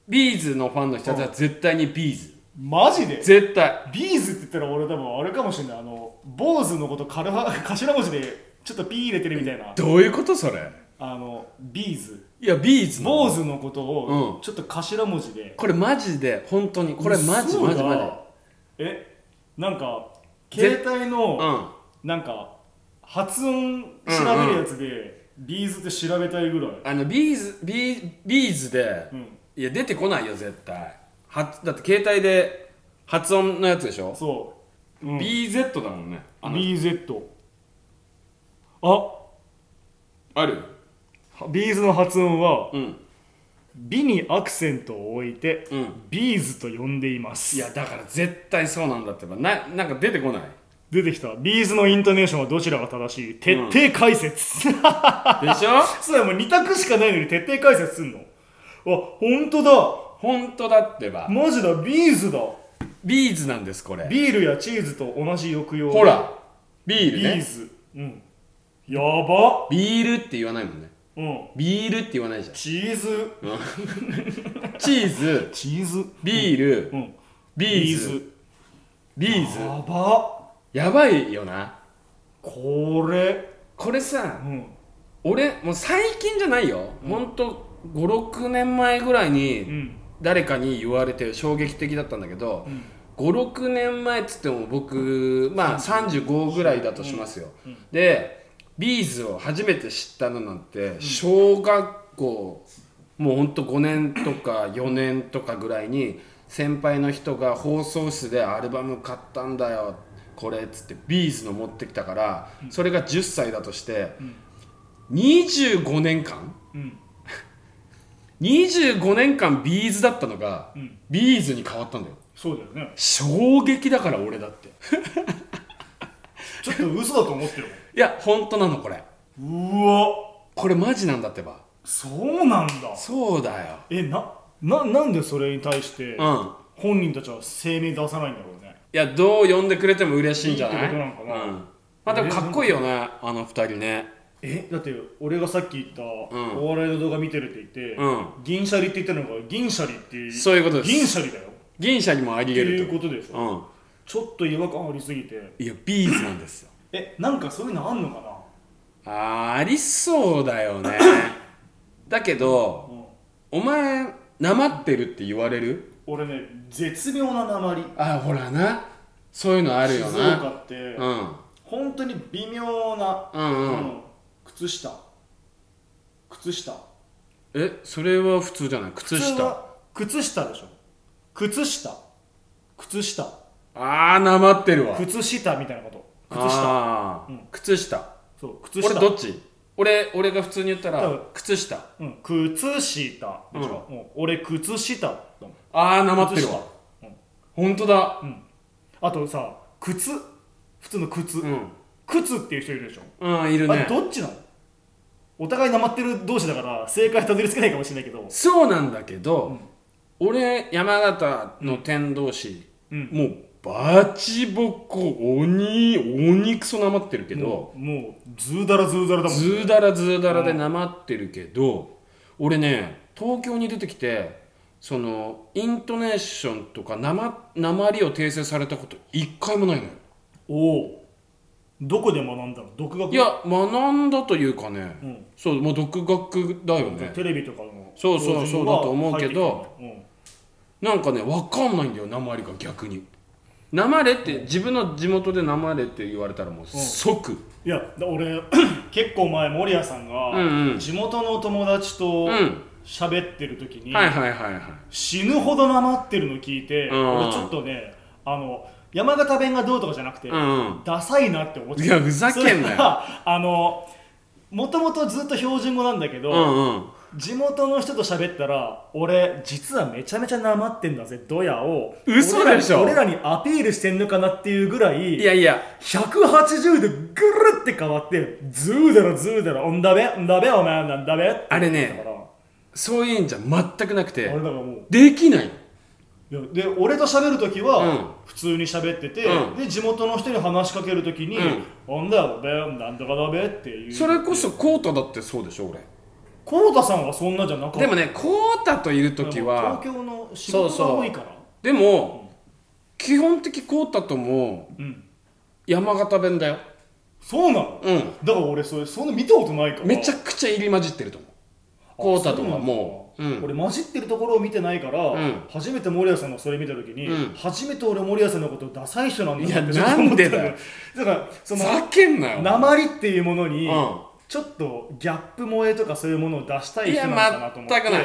[SPEAKER 1] ビーズのファンの人たちは絶対にビーズ
[SPEAKER 2] マジで
[SPEAKER 1] 絶対
[SPEAKER 2] ビーズって言ったら俺多分あれかもしれないあの坊主のことカルハ 頭文字でちょっと P 入れてるみたいな
[SPEAKER 1] どういうことそれ
[SPEAKER 2] あのビーズ
[SPEAKER 1] いやビーズ
[SPEAKER 2] 坊
[SPEAKER 1] の
[SPEAKER 2] 主のこと
[SPEAKER 1] う
[SPEAKER 2] を
[SPEAKER 1] ん
[SPEAKER 2] ちょっと頭文字で
[SPEAKER 1] これマジで本当にこれマジ
[SPEAKER 2] 嘘
[SPEAKER 1] マ
[SPEAKER 2] だ
[SPEAKER 1] ジマ
[SPEAKER 2] えなんか
[SPEAKER 1] ぜ
[SPEAKER 2] 携帯
[SPEAKER 1] ジ
[SPEAKER 2] の
[SPEAKER 1] うん
[SPEAKER 2] なんか発音調べるやつでビーズって調べたいぐらい
[SPEAKER 1] あのビーズビービーズで、
[SPEAKER 2] うん
[SPEAKER 1] いや出てこないよ絶対はだって携帯で発音のやつでしょ、
[SPEAKER 2] そう、うん、
[SPEAKER 1] BZ だもんねあの
[SPEAKER 2] BZ あ
[SPEAKER 1] ある
[SPEAKER 2] ビーズの発音は
[SPEAKER 1] うん
[SPEAKER 2] 美にアクセントを置いて、
[SPEAKER 1] うん
[SPEAKER 2] ビーズと呼んでいます
[SPEAKER 1] いやだから絶対そうなんだってばななんか出てこない
[SPEAKER 2] 出てきたビーズのイントネーションはどちらが正しい徹
[SPEAKER 1] うん
[SPEAKER 2] 底 解説、
[SPEAKER 1] でしょ
[SPEAKER 2] そうだもう2択しかないのに徹底解説すんのあ本当だ
[SPEAKER 1] 本当だってば
[SPEAKER 2] マジだビーズだ
[SPEAKER 1] ビーズなんですこれ
[SPEAKER 2] ビールやチーズと同じ抑揚
[SPEAKER 1] ほらビール
[SPEAKER 2] ビー
[SPEAKER 1] ね
[SPEAKER 2] ズ、うんやば
[SPEAKER 1] ビールって言わないもんね
[SPEAKER 2] うん
[SPEAKER 1] ビールって言わないじゃん
[SPEAKER 2] チーズ
[SPEAKER 1] チーズ
[SPEAKER 2] チーズ
[SPEAKER 1] ビール、
[SPEAKER 2] うん
[SPEAKER 1] ビーズビーズ
[SPEAKER 2] やば
[SPEAKER 1] やばいよな
[SPEAKER 2] これ
[SPEAKER 1] これさ
[SPEAKER 2] うん
[SPEAKER 1] 俺もう最近じゃないよ、ほんと56年前ぐらいに、
[SPEAKER 2] うん
[SPEAKER 1] 誰かに言われて衝撃的だったんだけど、
[SPEAKER 2] ん
[SPEAKER 1] 56年前っつっても僕まあ35ぐらいだとしますよ、
[SPEAKER 2] うんうん
[SPEAKER 1] でビーズを初めて知ったのなんて小学校、もうほんと5年とか4年とかぐらいに先輩の人が放送室でアルバム買ったんだよこれっつってビーズの持ってきたからそれが10歳だとして
[SPEAKER 2] ん
[SPEAKER 1] 25年間
[SPEAKER 2] うん
[SPEAKER 1] 25年間ビーズだったのが、
[SPEAKER 2] うん
[SPEAKER 1] ビーズに変わったんだよ
[SPEAKER 2] そうだよね
[SPEAKER 1] 衝撃だから俺だって
[SPEAKER 2] ちょっと嘘だと思ってる
[SPEAKER 1] いや本当なのこれ
[SPEAKER 2] もんうわ
[SPEAKER 1] これマジなんだってば
[SPEAKER 2] そうなんだ
[SPEAKER 1] そうだよ
[SPEAKER 2] えなななんでそれに対して
[SPEAKER 1] うん
[SPEAKER 2] 本人たちは声明出さないんだろうね
[SPEAKER 1] いやどう呼んでくれても嬉しいんじゃない
[SPEAKER 2] いいってことなのか
[SPEAKER 1] う
[SPEAKER 2] な
[SPEAKER 1] ん、まあでもかっこいいよねあの二人ね
[SPEAKER 2] えだって俺がさっき言った
[SPEAKER 1] ん
[SPEAKER 2] お笑いの動画見てるって言って、
[SPEAKER 1] うん
[SPEAKER 2] 銀シャリって言ったのが銀シャリって
[SPEAKER 1] そういうことです
[SPEAKER 2] 銀シャリだよっ
[SPEAKER 1] 銀シャにもあり
[SPEAKER 2] て
[SPEAKER 1] え
[SPEAKER 2] い
[SPEAKER 1] る
[SPEAKER 2] うことでしょ、
[SPEAKER 1] うん
[SPEAKER 2] ちょっと違和感ありすぎて
[SPEAKER 1] いやビーズなんですよ
[SPEAKER 2] えなんかそういうのあんのかな
[SPEAKER 1] あーありそうだよ ねだけど
[SPEAKER 2] うん
[SPEAKER 1] お前なまってるって言われる
[SPEAKER 2] 俺ね絶妙な鉛
[SPEAKER 1] あほらなそういうのあるよ
[SPEAKER 2] 静
[SPEAKER 1] な
[SPEAKER 2] 岡って、
[SPEAKER 1] うん
[SPEAKER 2] 本当に微妙な、
[SPEAKER 1] うんうん
[SPEAKER 2] あの靴下靴下
[SPEAKER 1] えそれは普通じゃない靴
[SPEAKER 2] 普通
[SPEAKER 1] 下
[SPEAKER 2] は靴下でしょ靴下靴下
[SPEAKER 1] ああなまってるわ
[SPEAKER 2] 靴下みたいなこと靴下
[SPEAKER 1] あー
[SPEAKER 2] うん
[SPEAKER 1] 靴下
[SPEAKER 2] そう靴
[SPEAKER 1] 俺
[SPEAKER 2] 下
[SPEAKER 1] どっち俺俺が普通に言った
[SPEAKER 2] 多
[SPEAKER 1] ら
[SPEAKER 2] 分
[SPEAKER 1] 靴下あ
[SPEAKER 2] うん、靴下でしょ、うん俺靴下だもん
[SPEAKER 1] あなまってるわ本当だ
[SPEAKER 2] あとさ靴普通の靴、
[SPEAKER 1] うん
[SPEAKER 2] 靴っていう人いるでしょ、
[SPEAKER 1] うんいる
[SPEAKER 2] あれ
[SPEAKER 1] ね
[SPEAKER 2] どっちなのお互いなまってる同士だから正解たどり着けないかもしれないけど
[SPEAKER 1] そうなんだけど俺山形の天童市
[SPEAKER 2] うん
[SPEAKER 1] もうバチボコ鬼鬼クソなまってるけど
[SPEAKER 2] もうもうずーだらずーだらだもん
[SPEAKER 1] ずーだらずーだらでなまってるけど、俺ね東京に出てきてそのイントネーションとかなまなまりを訂正されたこと一回もないのよ
[SPEAKER 2] おおどこで学んだの独学
[SPEAKER 1] いや学んだというかね、
[SPEAKER 2] うん
[SPEAKER 1] そうもう独学だよね
[SPEAKER 2] テレビとかの
[SPEAKER 1] そうそうそうだと思うけど
[SPEAKER 2] 標準は入って
[SPEAKER 1] なんかね分かんないんだよなまりが逆になまれって自分の地元でなまれって言われたらもう即
[SPEAKER 2] きたのうんいやだ俺 結構前守屋さんが、
[SPEAKER 1] うんうん
[SPEAKER 2] 地元の友達と
[SPEAKER 1] うん
[SPEAKER 2] 喋ってる時に、
[SPEAKER 1] はいはいはいはい
[SPEAKER 2] 死ぬほどなまってるの聞いて、
[SPEAKER 1] うん
[SPEAKER 2] 俺ちょっとねあの山形弁がどうとかじゃなくて、
[SPEAKER 1] うんうん
[SPEAKER 2] ダサいなって思って
[SPEAKER 1] いやふざけんなよ
[SPEAKER 2] それがあのもともとずっと標準語なんだけど、
[SPEAKER 1] うんうん
[SPEAKER 2] 地元の人と喋ったら俺実はめちゃめちゃなまってんだぜドヤを
[SPEAKER 1] 嘘でしょ
[SPEAKER 2] 俺らに俺らにアピールしてんのかなっていうぐらい
[SPEAKER 1] いやいや
[SPEAKER 2] 180度ぐるって変わってズーだろズーだろんだべんだべお前なんだべって
[SPEAKER 1] あれ
[SPEAKER 2] だ
[SPEAKER 1] ね
[SPEAKER 2] から
[SPEAKER 1] そういうんじゃ全くなくて
[SPEAKER 2] 俺だからもう
[SPEAKER 1] できない
[SPEAKER 2] いやで俺と喋る時
[SPEAKER 1] うん
[SPEAKER 2] は普通に喋ってて、
[SPEAKER 1] うん
[SPEAKER 2] で地元の人に話しかける時に
[SPEAKER 1] うん
[SPEAKER 2] 「あんだよべなんとかだべ」っていう
[SPEAKER 1] それこそコータだってそうでしょ俺
[SPEAKER 2] コウタさんはそんなじゃなかった
[SPEAKER 1] でもねコータといる時は
[SPEAKER 2] 東京の仕事が多いから
[SPEAKER 1] でも基本的コータとも
[SPEAKER 2] うん
[SPEAKER 1] 山形弁だよ
[SPEAKER 2] そうなの、
[SPEAKER 1] うん
[SPEAKER 2] だから俺それそんな見たことないから
[SPEAKER 1] めちゃくちゃ入り混じってると思うコータとはもう
[SPEAKER 2] そなんだ
[SPEAKER 1] うん
[SPEAKER 2] 俺混じってるところを見てないから、
[SPEAKER 1] うん
[SPEAKER 2] 初めて森谷さんのそれ見た時に、
[SPEAKER 1] うん
[SPEAKER 2] 初めて俺森谷さんのことダサい人なんだなっ
[SPEAKER 1] いや
[SPEAKER 2] てちょっと思ったの
[SPEAKER 1] なんでだよ
[SPEAKER 2] だからその
[SPEAKER 1] ざけんなよ
[SPEAKER 2] 鉛っていうものに、
[SPEAKER 1] うん
[SPEAKER 2] ちょっとギャップ萌えとかそういうものを出したい
[SPEAKER 1] い
[SPEAKER 2] 人
[SPEAKER 1] や
[SPEAKER 2] なのかなと思って
[SPEAKER 1] 全くない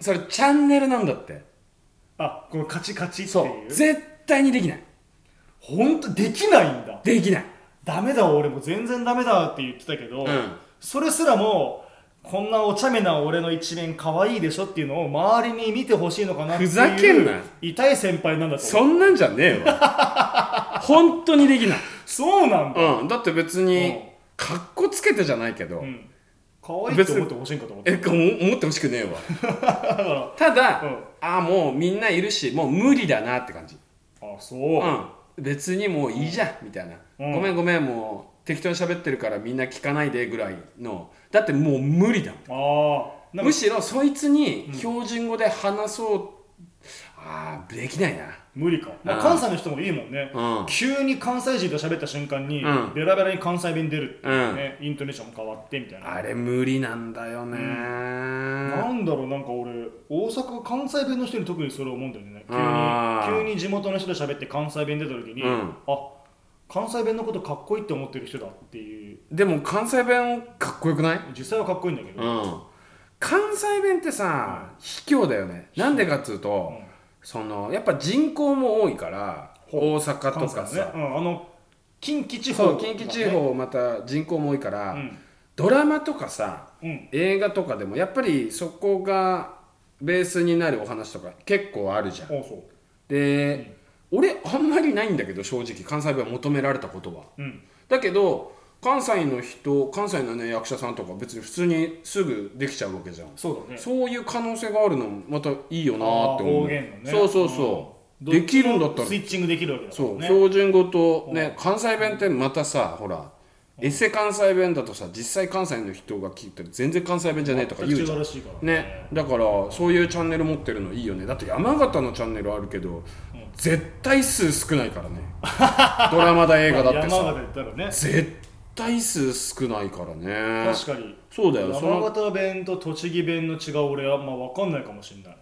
[SPEAKER 1] それチャンネルなんだって
[SPEAKER 2] あこのカチカチって
[SPEAKER 1] そ
[SPEAKER 2] いう
[SPEAKER 1] う絶対にできない
[SPEAKER 2] 本当できないんだ
[SPEAKER 1] できない
[SPEAKER 2] ダメだ俺も全然ダメだって言ってたけど、
[SPEAKER 1] うん
[SPEAKER 2] それすらもこんなお茶目な俺の一面可愛いでしょっていうのを周りに見てほしいのかなっていう
[SPEAKER 1] ふざけんな
[SPEAKER 2] 痛い先輩なんだと
[SPEAKER 1] そ
[SPEAKER 2] 思う
[SPEAKER 1] んなんじゃねえわ 本当にできない
[SPEAKER 2] そうなんだ、
[SPEAKER 1] うんだって別にかっこつけてじゃないけど、
[SPEAKER 2] うん、可愛いって思ってほしいんかと思って
[SPEAKER 1] えかも思ってほしくねえわ
[SPEAKER 2] だ から
[SPEAKER 1] ただ、
[SPEAKER 2] うん
[SPEAKER 1] ああもうみんないるしもう無理だなって感じ
[SPEAKER 2] あそうう、
[SPEAKER 1] ん別にもういいじゃんみたいな、
[SPEAKER 2] うん
[SPEAKER 1] ごめんごめんもう適当に喋ってるからみんな聞かないでぐらいのだってもう無理だもん
[SPEAKER 2] ああなん
[SPEAKER 1] む
[SPEAKER 2] か
[SPEAKER 1] しろそいつに標準語で話そう、ああできないな
[SPEAKER 2] 無理か、まあ、
[SPEAKER 1] うん
[SPEAKER 2] 関西の人もいいもんね、
[SPEAKER 1] うん
[SPEAKER 2] 急に関西人と喋った瞬間に、
[SPEAKER 1] うん
[SPEAKER 2] ベラベラに関西弁出るっていう
[SPEAKER 1] うん
[SPEAKER 2] ね、イントネーションも変わってみたいな
[SPEAKER 1] あれ無理なんだよね、
[SPEAKER 2] なんだろうなんか俺大阪関西弁の人に特にそれを思うんだよね
[SPEAKER 1] あ
[SPEAKER 2] 急
[SPEAKER 1] ー
[SPEAKER 2] に急に地元の人と喋って関西弁出た時に、
[SPEAKER 1] うん
[SPEAKER 2] あ関西弁のことかっこいいって思ってる人だっていう
[SPEAKER 1] でも関西弁かっこよくない
[SPEAKER 2] 実際はかっこいいんだけど、
[SPEAKER 1] うん関西弁ってさ、卑怯だよねなんでかっつうと、
[SPEAKER 2] うん
[SPEAKER 1] そのやっぱ人口も多いから大阪と
[SPEAKER 2] 関西
[SPEAKER 1] か
[SPEAKER 2] の
[SPEAKER 1] さ、
[SPEAKER 2] ね、うん、あの近畿地方
[SPEAKER 1] そう近畿地方また人口も多いから、
[SPEAKER 2] うん
[SPEAKER 1] ドラマとかさ
[SPEAKER 2] うん
[SPEAKER 1] 映画とかでもやっぱりそこがベースになるお話とか結構あるじゃん
[SPEAKER 2] あそ
[SPEAKER 1] で、俺あんまりないんだけど正直関西弁は求められたことは
[SPEAKER 2] ううん
[SPEAKER 1] だけど関西の人関西のね役者さんとか別に普通にすぐできちゃうわけじゃん
[SPEAKER 2] そうだね
[SPEAKER 1] そういう可能性があるのもまたいいよなーって
[SPEAKER 2] あー
[SPEAKER 1] 思う
[SPEAKER 2] 方言のね
[SPEAKER 1] そうそうそう、できるんだったら
[SPEAKER 2] スイッチングできるわけだから
[SPEAKER 1] そう、
[SPEAKER 2] ね
[SPEAKER 1] 標準語とね関西弁ってまたさほらエセ関西弁だとさ実際関西の人が聞いたら全然関西弁じゃねえとか言うじゃ
[SPEAKER 2] 全く違
[SPEAKER 1] ん
[SPEAKER 2] らしいから
[SPEAKER 1] ねだからそういうチャンネル持ってるのいいよねだって山形のチャンネルあるけど、絶対数少ないからね ドラマだ映画だって
[SPEAKER 2] 山
[SPEAKER 1] さ
[SPEAKER 2] 形行ったらね
[SPEAKER 1] 絶対数少ないからね
[SPEAKER 2] 確かに
[SPEAKER 1] そうだよそ
[SPEAKER 2] 山
[SPEAKER 1] の
[SPEAKER 2] 形弁と栃木弁の違う俺はまあ分かんないかもしれない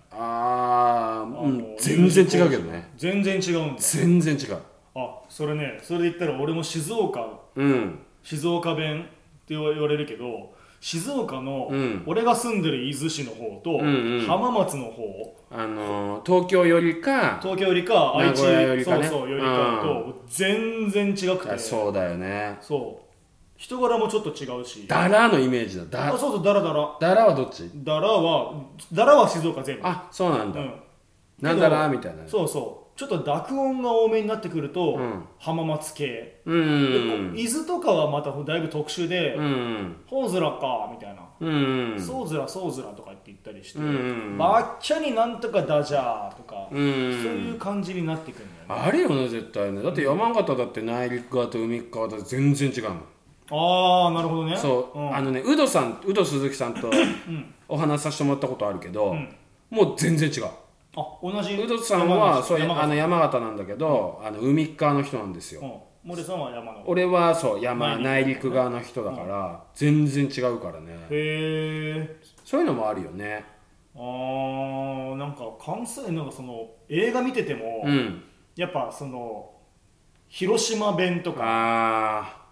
[SPEAKER 1] あー、
[SPEAKER 2] あ
[SPEAKER 1] う
[SPEAKER 2] の
[SPEAKER 1] ん、全然違うけどね
[SPEAKER 2] 全然違うんだ
[SPEAKER 1] 全然違う
[SPEAKER 2] あそれねそれで言ったら俺も静岡
[SPEAKER 1] うん
[SPEAKER 2] 静岡弁って言われるけど静岡の
[SPEAKER 1] うん
[SPEAKER 2] 俺が住んでる伊豆市の方と
[SPEAKER 1] うんうん
[SPEAKER 2] 浜松の方
[SPEAKER 1] あのー東京よりか
[SPEAKER 2] 東京よりか愛知
[SPEAKER 1] 名古屋よりかね
[SPEAKER 2] そうそうよりかと全然違く
[SPEAKER 1] いや
[SPEAKER 2] て
[SPEAKER 1] そうだよね
[SPEAKER 2] そう人柄もちょっと違うし
[SPEAKER 1] ダラのイメージだ
[SPEAKER 2] あ
[SPEAKER 1] だ
[SPEAKER 2] そうそうダラダラ
[SPEAKER 1] ダラはどっち
[SPEAKER 2] ダラはダラは静岡全部
[SPEAKER 1] あそうなん
[SPEAKER 2] う
[SPEAKER 1] だ、
[SPEAKER 2] ん
[SPEAKER 1] なんだらみたいな
[SPEAKER 2] そうそうちょっと濁音が多めになってくると、
[SPEAKER 1] うん
[SPEAKER 2] 浜松系、
[SPEAKER 1] う
[SPEAKER 2] でこ
[SPEAKER 1] ん
[SPEAKER 2] う伊豆とかはまただいぶ特殊で
[SPEAKER 1] うんうん
[SPEAKER 2] 「ほうずらか」みたいな
[SPEAKER 1] うん
[SPEAKER 2] 「そうずらそうずら」とかって言ったりして
[SPEAKER 1] うん
[SPEAKER 2] ばっちゃになんとかだじゃー」とか、
[SPEAKER 1] う
[SPEAKER 2] そういうん感じになってくるんだよね
[SPEAKER 1] あれよね絶対ねだって山形だって内陸側と海側と全然違うもん
[SPEAKER 2] ああなるほどね
[SPEAKER 1] そう、
[SPEAKER 2] ん
[SPEAKER 1] あのねウドさんウド鈴木さんと
[SPEAKER 2] ん
[SPEAKER 1] お話しさせてもらったことあるけど、
[SPEAKER 2] うん
[SPEAKER 1] もう全然違う
[SPEAKER 2] あ同じ
[SPEAKER 1] ウドさんは
[SPEAKER 2] 山口
[SPEAKER 1] そう
[SPEAKER 2] 山
[SPEAKER 1] 山
[SPEAKER 2] 形
[SPEAKER 1] あの山形なんだけど、あの海側の人なんですよ、
[SPEAKER 2] うん森さんは山の
[SPEAKER 1] 俺はそう山
[SPEAKER 2] 内
[SPEAKER 1] 内
[SPEAKER 2] 陸
[SPEAKER 1] 陸側の人だから全然違うからね
[SPEAKER 2] へえ
[SPEAKER 1] そういうのもあるよね
[SPEAKER 2] あーなんか関西なんかその映画見てても、
[SPEAKER 1] うん
[SPEAKER 2] やっぱその広島弁とか
[SPEAKER 1] あ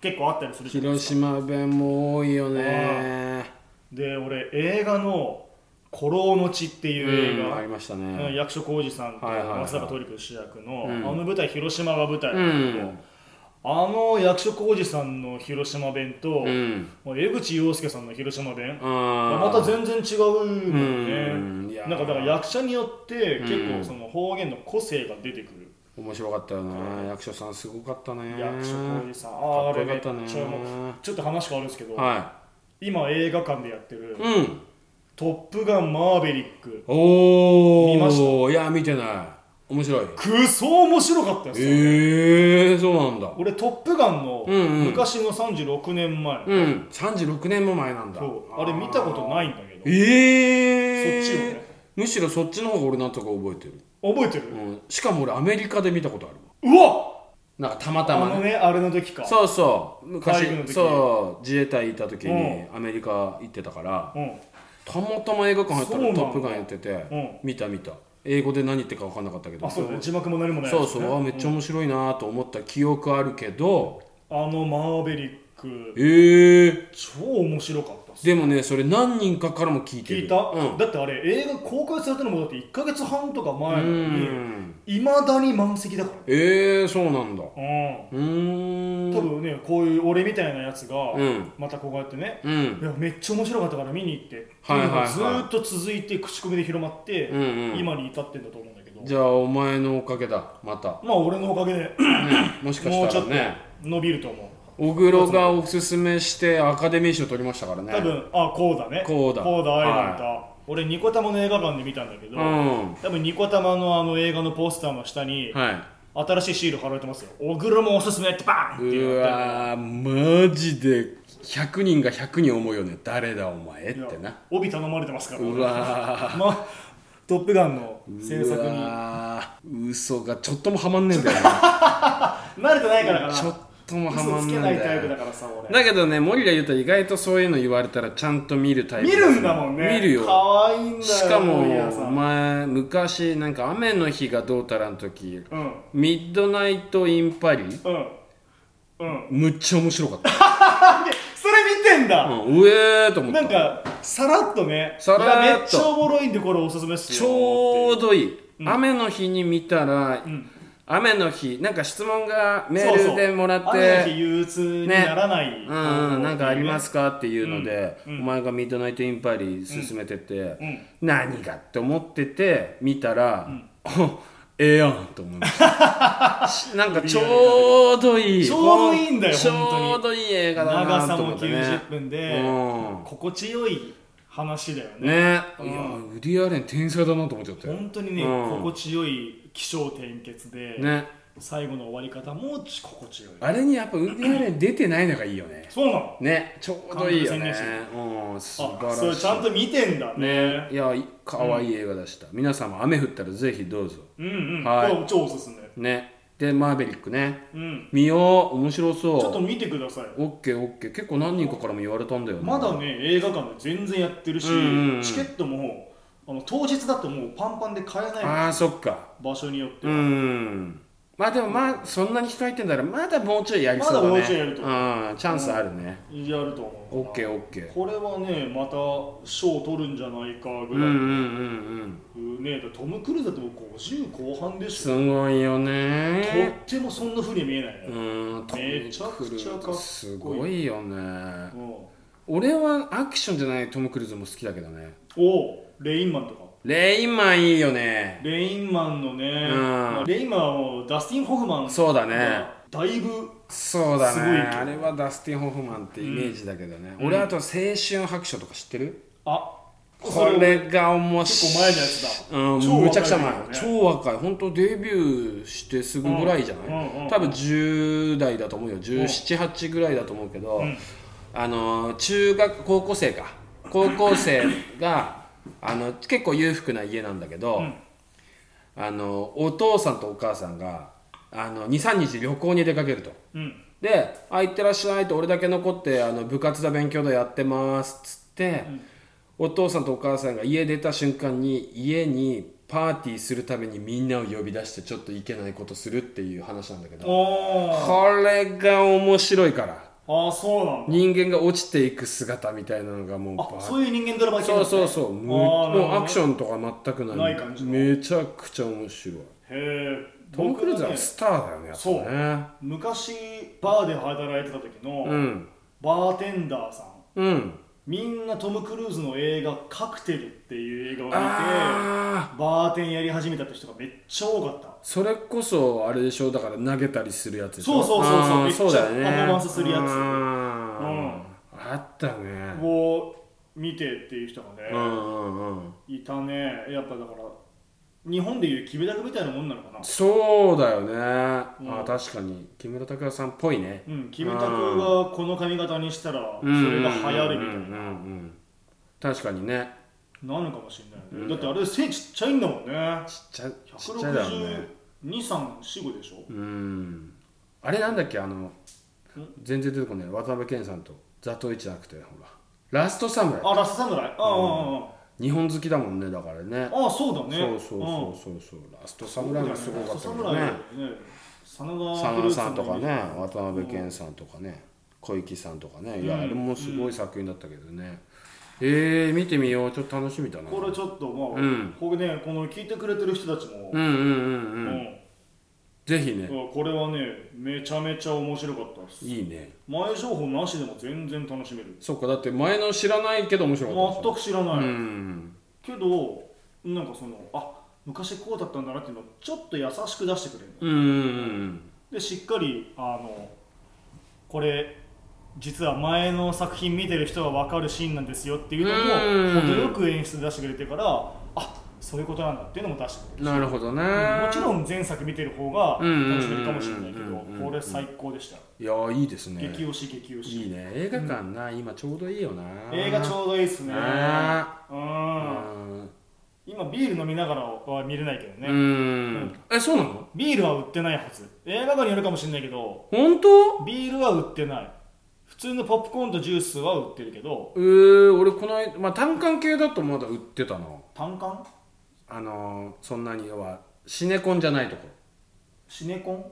[SPEAKER 2] 結構あったりす
[SPEAKER 1] ー
[SPEAKER 2] るじゃないで
[SPEAKER 1] 広
[SPEAKER 2] すか
[SPEAKER 1] 島弁も多いよね
[SPEAKER 2] で俺映画の「古老の地」って
[SPEAKER 1] う
[SPEAKER 2] いう映
[SPEAKER 1] ん
[SPEAKER 2] 画
[SPEAKER 1] あ、りました
[SPEAKER 2] うん
[SPEAKER 1] ね
[SPEAKER 2] 役所広司さんと
[SPEAKER 1] はいはいはい
[SPEAKER 2] 松坂桃李君主役の、
[SPEAKER 1] うん
[SPEAKER 2] あの舞台広島が舞台
[SPEAKER 1] う
[SPEAKER 2] なんだけど、
[SPEAKER 1] ん
[SPEAKER 2] あの役所広司さんの広島弁と、
[SPEAKER 1] うん
[SPEAKER 2] もう江口洋介さんの広島弁、
[SPEAKER 1] あ
[SPEAKER 2] また
[SPEAKER 1] 然
[SPEAKER 2] 全然違うもん
[SPEAKER 1] うん
[SPEAKER 2] ね、
[SPEAKER 1] いやー
[SPEAKER 2] なんかだから役者によって結
[SPEAKER 1] う
[SPEAKER 2] 構
[SPEAKER 1] ん
[SPEAKER 2] その方言の個性が出てくる、
[SPEAKER 1] 面白かったよね役所さんすごかったね
[SPEAKER 2] 役所広司さんあ
[SPEAKER 1] か
[SPEAKER 2] あ
[SPEAKER 1] っ
[SPEAKER 2] あ
[SPEAKER 1] こ
[SPEAKER 2] れ
[SPEAKER 1] よか
[SPEAKER 2] め
[SPEAKER 1] っ
[SPEAKER 2] っちゃ
[SPEAKER 1] た
[SPEAKER 2] もう
[SPEAKER 1] ね
[SPEAKER 2] ちょっと話変わるんですけど、
[SPEAKER 1] は
[SPEAKER 2] 今映画館でやってる
[SPEAKER 1] いうん
[SPEAKER 2] 「トップガンマーベリック見ま
[SPEAKER 1] お
[SPEAKER 2] し
[SPEAKER 1] おいや見てない面白い」
[SPEAKER 2] くそ面白かったよそれ
[SPEAKER 1] ええそうなんだ
[SPEAKER 2] 俺「トップガン」の
[SPEAKER 1] うんうん
[SPEAKER 2] 昔の36年前、
[SPEAKER 1] うん36年も前なんだ
[SPEAKER 2] そうあれ見たことないんだけど
[SPEAKER 1] ええ
[SPEAKER 2] そっちよね
[SPEAKER 1] むしろそっちの方が俺なんとか覚えてる、
[SPEAKER 2] 覚えてる、
[SPEAKER 1] うん、しかも俺アメリカで見たことあるわ
[SPEAKER 2] うわ
[SPEAKER 1] なんかたまた
[SPEAKER 2] あ
[SPEAKER 1] ま
[SPEAKER 2] の
[SPEAKER 1] ね
[SPEAKER 2] ねあれの時か
[SPEAKER 1] そうそう
[SPEAKER 2] 海軍の
[SPEAKER 1] 昔
[SPEAKER 2] 時
[SPEAKER 1] そう自衛隊いた時に
[SPEAKER 2] う
[SPEAKER 1] アメリカ行ってたから
[SPEAKER 2] うん
[SPEAKER 1] たまたま映画館入った
[SPEAKER 2] そうな
[SPEAKER 1] ら「
[SPEAKER 2] んだ
[SPEAKER 1] トップガン」やってて
[SPEAKER 2] うん
[SPEAKER 1] 見た見た英語で何言ってか分かんなかったけど
[SPEAKER 2] あそうだね字幕も何もないやつ
[SPEAKER 1] そ
[SPEAKER 2] ね、
[SPEAKER 1] うそうあめっちゃ面白いなと思った記憶あるけど
[SPEAKER 2] あのマーベリック
[SPEAKER 1] ええ
[SPEAKER 2] 超面白かったっす
[SPEAKER 1] でもねそれ何人かからも聞いてる
[SPEAKER 2] 聞いた、
[SPEAKER 1] うん
[SPEAKER 2] だってあれ映画公開されたのもだって1か月半とか前な
[SPEAKER 1] う
[SPEAKER 2] のに
[SPEAKER 1] ん
[SPEAKER 2] いまだに満席だか
[SPEAKER 1] ええそうなんだう
[SPEAKER 2] らうん
[SPEAKER 1] ーん
[SPEAKER 2] 多分ねこういう俺みたいなやつが、
[SPEAKER 1] うん
[SPEAKER 2] またこうやってね、
[SPEAKER 1] うん
[SPEAKER 2] いやめっちゃ面白かったから見に行って、
[SPEAKER 1] はいはいはい
[SPEAKER 2] ってうのがずーっと続いて口コミで広まって、
[SPEAKER 1] うんうん
[SPEAKER 2] 今に至ってんだと思うんだけど
[SPEAKER 1] じゃあお前のおかげだまた、
[SPEAKER 2] まあ俺のおかげで
[SPEAKER 1] もしか
[SPEAKER 2] もう
[SPEAKER 1] し
[SPEAKER 2] ち
[SPEAKER 1] た
[SPEAKER 2] ょ
[SPEAKER 1] ら
[SPEAKER 2] っと
[SPEAKER 1] ね
[SPEAKER 2] 伸びると思う
[SPEAKER 1] 小黒がおすすめしてアカデミー賞取りましたからね
[SPEAKER 2] 多分あこうだね
[SPEAKER 1] こうだ
[SPEAKER 2] こうだアイドルだ、俺ニコタマの映画館で見たんだけど、
[SPEAKER 1] うん
[SPEAKER 2] 多分ニコタマのあの映画のポスターの下に、
[SPEAKER 1] は
[SPEAKER 2] 新しいシール貼られてますよ「おぐろもおすすめ」ってバーンって
[SPEAKER 1] う
[SPEAKER 2] いう
[SPEAKER 1] わーマジで100人が100人思うよね誰だお前っ
[SPEAKER 2] いや
[SPEAKER 1] てな
[SPEAKER 2] 帯頼まれてますから
[SPEAKER 1] うわ
[SPEAKER 2] まあトップガンの
[SPEAKER 1] ー
[SPEAKER 2] 制作
[SPEAKER 1] う
[SPEAKER 2] に
[SPEAKER 1] わー嘘がちょっともハマんねえんだよな
[SPEAKER 2] 慣れてないからかな
[SPEAKER 1] ちょっともハマ
[SPEAKER 2] 嘘
[SPEAKER 1] んねえ
[SPEAKER 2] つけ
[SPEAKER 1] ん
[SPEAKER 2] ないタイプ
[SPEAKER 1] だよ
[SPEAKER 2] だからさ俺
[SPEAKER 1] だけどね森田言うと意外とそういうの言われたらちゃんと見るタイプ
[SPEAKER 2] 見るんだもんね
[SPEAKER 1] 見るよ
[SPEAKER 2] 可愛いんだよ
[SPEAKER 1] しかも
[SPEAKER 2] 森谷さ
[SPEAKER 1] お
[SPEAKER 2] ん
[SPEAKER 1] 前昔なんか雨の日がどうたらの時
[SPEAKER 2] うん
[SPEAKER 1] ミッドナイト・イン・パリ
[SPEAKER 2] うんうん
[SPEAKER 1] むっちゃ面白かった、
[SPEAKER 2] それ見てんだ、
[SPEAKER 1] うん、うえーと思った
[SPEAKER 2] なんかさらっとね
[SPEAKER 1] さらっと
[SPEAKER 2] いやめっちゃおもろいんでこれおすすめっすよ
[SPEAKER 1] ちょう
[SPEAKER 2] ど
[SPEAKER 1] どいい、
[SPEAKER 2] うん
[SPEAKER 1] 雨の日に見たら、
[SPEAKER 2] ん
[SPEAKER 1] 雨の日なんか質問がメールでもらって
[SPEAKER 2] 雨の日憂鬱にならない、
[SPEAKER 1] うんうん、なんかありますかっていうので、
[SPEAKER 2] うんうん
[SPEAKER 1] お前が「ミッドナイト・イン・パリ」進めてて、
[SPEAKER 2] うん
[SPEAKER 1] 何がって思ってて見たら、ええやんと思いました しなんかちょうどいい
[SPEAKER 2] ちょうどいいんだよ
[SPEAKER 1] ち
[SPEAKER 2] 本当に
[SPEAKER 1] ょうどいい映画だ
[SPEAKER 2] 長
[SPEAKER 1] な
[SPEAKER 2] さ
[SPEAKER 1] と思
[SPEAKER 2] も
[SPEAKER 1] ってね
[SPEAKER 2] 90分で、
[SPEAKER 1] うん
[SPEAKER 2] 心地よい話だよね
[SPEAKER 1] ね、
[SPEAKER 2] うん
[SPEAKER 1] いやウディ・アレン天才だなと思っちゃったよ
[SPEAKER 2] 本当にね、
[SPEAKER 1] うん
[SPEAKER 2] 心地よい起承転結で、
[SPEAKER 1] ね
[SPEAKER 2] 最後の終わり方も心地よい
[SPEAKER 1] あれにやっぱウディ・アレン出てないのがいいよね
[SPEAKER 2] そうなの
[SPEAKER 1] ねちょうどいいよね
[SPEAKER 2] 監督
[SPEAKER 1] うん素晴
[SPEAKER 2] あ
[SPEAKER 1] ら
[SPEAKER 2] それ
[SPEAKER 1] し
[SPEAKER 2] ちゃん
[SPEAKER 1] い
[SPEAKER 2] と見てんだね
[SPEAKER 1] いやい可愛い映画でした、皆さんも雨降ったらぜひどうぞ
[SPEAKER 2] うんうん、
[SPEAKER 1] はい
[SPEAKER 2] これ超おすすめ、
[SPEAKER 1] ねでマーベリックね
[SPEAKER 2] うん、
[SPEAKER 1] 見よう面白そう
[SPEAKER 2] ちょっと見てください
[SPEAKER 1] オッケーオッケー結構何人かからも言われたんだよね
[SPEAKER 2] まだね映画館で全然やってるし、
[SPEAKER 1] うんうんうん
[SPEAKER 2] チケットもあの当日だともうパンパンで買えない
[SPEAKER 1] ああそっか
[SPEAKER 2] 場所によって
[SPEAKER 1] う
[SPEAKER 2] は、
[SPEAKER 1] んまあでもまあそんなに人入ってんだらまだもうちょいやりそうだね
[SPEAKER 2] まだもうちょいやると
[SPEAKER 1] うんチャンスあるね
[SPEAKER 2] やると思う
[SPEAKER 1] オッケーオッケー
[SPEAKER 2] これはねまた賞を取るんじゃないか
[SPEAKER 1] う
[SPEAKER 2] ぐ
[SPEAKER 1] んうん
[SPEAKER 2] らい、
[SPEAKER 1] うんうん
[SPEAKER 2] ねトム・クルーズだともう50後半でし
[SPEAKER 1] す
[SPEAKER 2] ょ
[SPEAKER 1] ごいよ
[SPEAKER 2] とっ
[SPEAKER 1] ね
[SPEAKER 2] てもそんなふうには見えないね、
[SPEAKER 1] うんトム
[SPEAKER 2] めちゃくちゃかっ
[SPEAKER 1] ク
[SPEAKER 2] こいい
[SPEAKER 1] ルーズすごいよね
[SPEAKER 2] うん
[SPEAKER 1] 俺はアクションじゃないトム・クルーズも好きだけどね
[SPEAKER 2] おうレインマンとか
[SPEAKER 1] レインマンいいよね
[SPEAKER 2] レインマンのね、
[SPEAKER 1] うん
[SPEAKER 2] まあレインマンはもうダスティン・ホフマン
[SPEAKER 1] そうだね
[SPEAKER 2] だいぶ
[SPEAKER 1] そうだ
[SPEAKER 2] すごい
[SPEAKER 1] ね
[SPEAKER 2] けど
[SPEAKER 1] あれはダスティン・ホフマンってイメージだけどね、
[SPEAKER 2] うん
[SPEAKER 1] 俺あと「青春白書」とか知ってる、
[SPEAKER 2] あ
[SPEAKER 1] これが面白い
[SPEAKER 2] 結構前のやつだ
[SPEAKER 1] うん、
[SPEAKER 2] 超若い
[SPEAKER 1] むちゃくちゃ前
[SPEAKER 2] よね
[SPEAKER 1] 超若い本当デビューしてすぐぐらいじゃない、
[SPEAKER 2] うんうんうん
[SPEAKER 1] 多分10代だと思うよ178ぐらいだと思うけど、
[SPEAKER 2] うん
[SPEAKER 1] あの中学高校生か高校生があの結構裕福な家なんだけど、
[SPEAKER 2] うん
[SPEAKER 1] あのお父さんとお母さんが23日旅行に出かけると。
[SPEAKER 2] うん
[SPEAKER 1] で「あ行ってらっしゃい」と俺だけ残ってあの部活だ勉強だやってますっつって、お父さんとお母さんが家出た瞬間に家にパーティーするためにみんなを呼び出してちょっといけないことするっていう話なんだけど
[SPEAKER 2] あ
[SPEAKER 1] これが面白いから
[SPEAKER 2] ああそうなんだ
[SPEAKER 1] 人間が落ちていく姿みたいなのがもう
[SPEAKER 2] あ
[SPEAKER 1] バ
[SPEAKER 2] そういう人間ドラマ系なん
[SPEAKER 1] そう
[SPEAKER 2] だね
[SPEAKER 1] そうそうむ
[SPEAKER 2] あー
[SPEAKER 1] も
[SPEAKER 2] なるほど
[SPEAKER 1] う
[SPEAKER 2] ね
[SPEAKER 1] アクションとか全くない
[SPEAKER 2] ない感じの
[SPEAKER 1] めちゃくちゃ面白い
[SPEAKER 2] へえ
[SPEAKER 1] トム・クルーズ
[SPEAKER 2] 僕は
[SPEAKER 1] は
[SPEAKER 2] ね
[SPEAKER 1] スターだよねやっぱね
[SPEAKER 2] 昔バーで働いてた時の、
[SPEAKER 1] うん
[SPEAKER 2] バーテンダーさん
[SPEAKER 1] うん
[SPEAKER 2] みんなトム・クルーズの映画「カクテル」っていう映画を見て
[SPEAKER 1] ああ
[SPEAKER 2] バーテンやり始めたって人がめっちゃ多かった
[SPEAKER 1] それこそあれでしょだから投げたりするやつでしょ
[SPEAKER 2] そうそうそうそう
[SPEAKER 1] あー
[SPEAKER 2] めっちゃ
[SPEAKER 1] そうだよね
[SPEAKER 2] パフォーマンスするやつ
[SPEAKER 1] あー
[SPEAKER 2] うん
[SPEAKER 1] あったね
[SPEAKER 2] を見てっていう人がね、
[SPEAKER 1] うんうんうん
[SPEAKER 2] いたねやっぱだから日本でいうキムタクみたいなもんなのかな
[SPEAKER 1] そうだよね、
[SPEAKER 2] うん
[SPEAKER 1] あ確かに木村拓哉さんっぽいね
[SPEAKER 2] うんキムタクがこの髪型にしたらそ
[SPEAKER 1] うん
[SPEAKER 2] れが流行るみた
[SPEAKER 1] う
[SPEAKER 2] い
[SPEAKER 1] んうんうんうん確かにね
[SPEAKER 2] ななのかもしれないよね、だってあれ背ちっちゃいんだもんね
[SPEAKER 1] ちっちゃちっちゃいだろうね
[SPEAKER 2] 162345でしょ
[SPEAKER 1] うんあれなんだっけあの全然出てこない渡辺謙さんとザトウイチじゃなくてほらラストサムライ
[SPEAKER 2] あラス侍ああ、うん、あ
[SPEAKER 1] 日本好きだもんねだからね
[SPEAKER 2] あそうだね
[SPEAKER 1] そうそうそうそうそう、ラストサムライがすごかったけどね
[SPEAKER 2] ね真
[SPEAKER 1] 真
[SPEAKER 2] 田
[SPEAKER 1] 田さんとかね
[SPEAKER 2] あ
[SPEAKER 1] 渡辺謙さんとかね小池さんとかねいうや
[SPEAKER 2] ん
[SPEAKER 1] あれもすごい作品だったけどね、えー、見てみようちょっと楽しみだな
[SPEAKER 2] これちょっとま
[SPEAKER 1] う
[SPEAKER 2] あ、
[SPEAKER 1] ん
[SPEAKER 2] これねこの聞いてくれてる人たちも、
[SPEAKER 1] うんうんうん
[SPEAKER 2] う
[SPEAKER 1] うん、
[SPEAKER 2] ん
[SPEAKER 1] ぜひね
[SPEAKER 2] これはねめちゃめちゃ面白かったです
[SPEAKER 1] いいね
[SPEAKER 2] 前情報なしでも全然楽しめる
[SPEAKER 1] そっかだって前の知らないけど面白かった
[SPEAKER 2] 全く知らない、
[SPEAKER 1] うん
[SPEAKER 2] けどなんかそのあ昔こうだったんだなっていうのをちょっと優しく出してくれるの
[SPEAKER 1] うんうん
[SPEAKER 2] でしっかりあのこれ実は前の作品見てる人が分かるシーンなんですよっていうの
[SPEAKER 1] うん
[SPEAKER 2] も程よく演出出してくれてからあそういうことなんだっていうのも出してくれる
[SPEAKER 1] なるほどね、
[SPEAKER 2] もちろん前作見てる方が
[SPEAKER 1] うん
[SPEAKER 2] 楽しめるかもしれないけど
[SPEAKER 1] うんうんうんうん
[SPEAKER 2] これ最高でした、
[SPEAKER 1] いやーいいですね
[SPEAKER 2] 激推し激推し
[SPEAKER 1] いいね映画館な、今ちょうどいいよな
[SPEAKER 2] 映画ちょうどいいですね
[SPEAKER 1] あ
[SPEAKER 2] うん
[SPEAKER 1] うん
[SPEAKER 2] 今ビール飲みながらは見れないけどね、
[SPEAKER 1] うんえそうなの
[SPEAKER 2] ビールは売ってないはず映画館によるかもしれないけど
[SPEAKER 1] 本当
[SPEAKER 2] ビールは売ってない普通のポップコーンとジュースは売ってるけど
[SPEAKER 1] えー、俺この間、まあ、単館系だとまだ売ってたな
[SPEAKER 2] 単館
[SPEAKER 1] あのー、そんなにはシネコンじゃないとこ
[SPEAKER 2] シネコン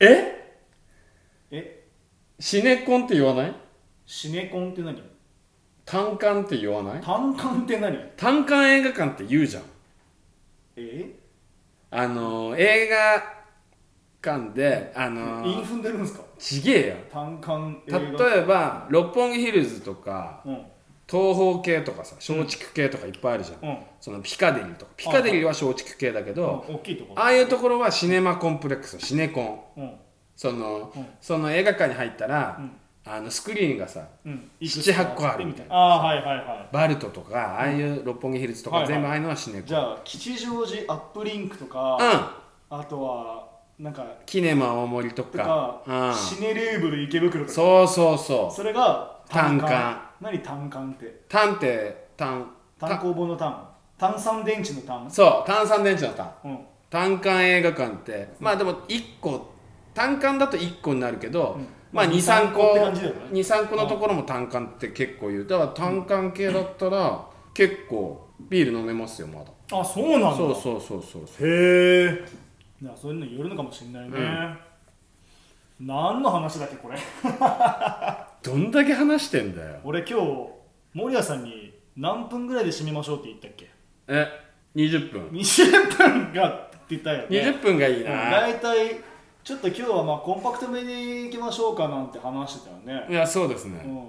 [SPEAKER 1] え
[SPEAKER 2] え
[SPEAKER 1] シネコンって言わない
[SPEAKER 2] シネコンって何
[SPEAKER 1] 単館って言わない
[SPEAKER 2] 単館って何
[SPEAKER 1] 単館映画館って言うじゃん
[SPEAKER 2] え
[SPEAKER 1] あのー、映画館であの
[SPEAKER 2] 韻
[SPEAKER 1] ー、
[SPEAKER 2] 踏んでるんですか
[SPEAKER 1] ちげえや
[SPEAKER 2] 単館映画
[SPEAKER 1] 例えば六本木ヒルズとか
[SPEAKER 2] うん
[SPEAKER 1] 東宝系とかさ松竹系とかいっぱいあるじゃん、
[SPEAKER 2] うん
[SPEAKER 1] そのピカデリーとかピカデリーは松竹系だけど、
[SPEAKER 2] うん大きいところ
[SPEAKER 1] ああいうところはシネマコンプレックスシネコン
[SPEAKER 2] うん
[SPEAKER 1] その,、
[SPEAKER 2] うん
[SPEAKER 1] その映画館に入ったら、
[SPEAKER 2] うん
[SPEAKER 1] あのスクリーンがさ
[SPEAKER 2] うん
[SPEAKER 1] 78個あるみたいな
[SPEAKER 2] ああはいはいは
[SPEAKER 1] バルトとかああいう六本木ヒルズとか、
[SPEAKER 2] はいはい
[SPEAKER 1] 全部ああいうのはシネ
[SPEAKER 2] い
[SPEAKER 1] コ
[SPEAKER 2] じ
[SPEAKER 1] ン
[SPEAKER 2] ゃあ吉祥寺アップリンクとか、
[SPEAKER 1] う
[SPEAKER 2] あとはなんか
[SPEAKER 1] んキネマ大森と
[SPEAKER 2] と
[SPEAKER 1] か
[SPEAKER 2] か、シネレーブル池袋
[SPEAKER 1] う
[SPEAKER 2] と
[SPEAKER 1] ん、
[SPEAKER 2] か
[SPEAKER 1] そうそうそう
[SPEAKER 2] それが
[SPEAKER 1] 単管
[SPEAKER 2] 何単管って
[SPEAKER 1] 単って単
[SPEAKER 2] 単行本の単単酸電池の単
[SPEAKER 1] そう単三電池の単
[SPEAKER 2] うん
[SPEAKER 1] 単館映画館ってまあでも1個単館だと1個になるけど、
[SPEAKER 2] うん
[SPEAKER 1] まあ
[SPEAKER 2] まあ
[SPEAKER 1] 23個
[SPEAKER 2] って感じだよね
[SPEAKER 1] 23個のところも単館って結構言うだから単館系だったら結構ビール飲めますよまだ、
[SPEAKER 2] あそうなんだ
[SPEAKER 1] そうそうそうそうそう
[SPEAKER 2] へえそういうのよるのかもしれないね、何の話だっけこれ
[SPEAKER 1] どんだけ話してんだよ
[SPEAKER 2] 俺今日守屋さんに何分ぐらいで締めましょうって言ったっけ
[SPEAKER 1] え20分
[SPEAKER 2] 20分がって言ったよね
[SPEAKER 1] 20分がいいな、
[SPEAKER 2] 大体ちょっと今日はまあコンパクトめに行きましょうかなんて話してたよね、
[SPEAKER 1] いやそうです
[SPEAKER 2] う
[SPEAKER 1] ね、
[SPEAKER 2] ん、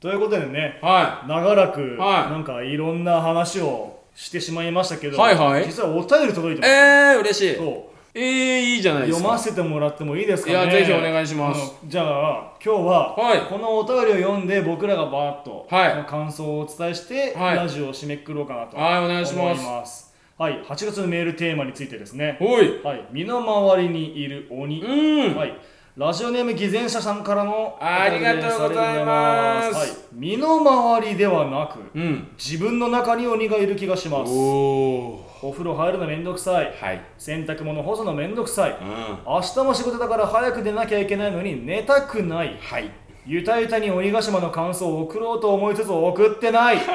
[SPEAKER 2] ということでね
[SPEAKER 1] は
[SPEAKER 2] 長らく
[SPEAKER 1] はい
[SPEAKER 2] なんかいろんな話をしてしまいましたけど、
[SPEAKER 1] はいはい
[SPEAKER 2] 実はお便り届いて
[SPEAKER 1] い
[SPEAKER 2] ます、
[SPEAKER 1] えー、嬉しい
[SPEAKER 2] そ
[SPEAKER 1] えー、いいじゃな
[SPEAKER 2] う
[SPEAKER 1] いです
[SPEAKER 2] 読
[SPEAKER 1] か
[SPEAKER 2] ませてもらってもいいですかね
[SPEAKER 1] いやぜひお願いします、
[SPEAKER 2] うんじゃあ今日は、
[SPEAKER 1] はい
[SPEAKER 2] このお便りを読んで僕らがバーッと、
[SPEAKER 1] はい
[SPEAKER 2] 感想をお伝えして、
[SPEAKER 1] はい
[SPEAKER 2] ラジオを締めくくろうかなと思い
[SPEAKER 1] はいお願い
[SPEAKER 2] ます
[SPEAKER 1] します
[SPEAKER 2] はい、8月のメールテーマについてですね、
[SPEAKER 1] おい
[SPEAKER 2] はい、身の回りにいる鬼、
[SPEAKER 1] うん
[SPEAKER 2] はい、ラジオネーム偽善者さんからの
[SPEAKER 1] ありがとうございます
[SPEAKER 2] ありがとうございはい、身の回りではなく
[SPEAKER 1] うん
[SPEAKER 2] 自分の中に鬼がいる気がします
[SPEAKER 1] おー
[SPEAKER 2] お風呂入るのめんどくさい
[SPEAKER 1] はい
[SPEAKER 2] 洗濯物干すのめんどくさい
[SPEAKER 1] うん
[SPEAKER 2] 明日も仕事だから早く出なきゃいけないのに寝たくない
[SPEAKER 1] はい
[SPEAKER 2] ゆたゆたに鬼ヶ島の感想を送ろうと思いつつ送ってない か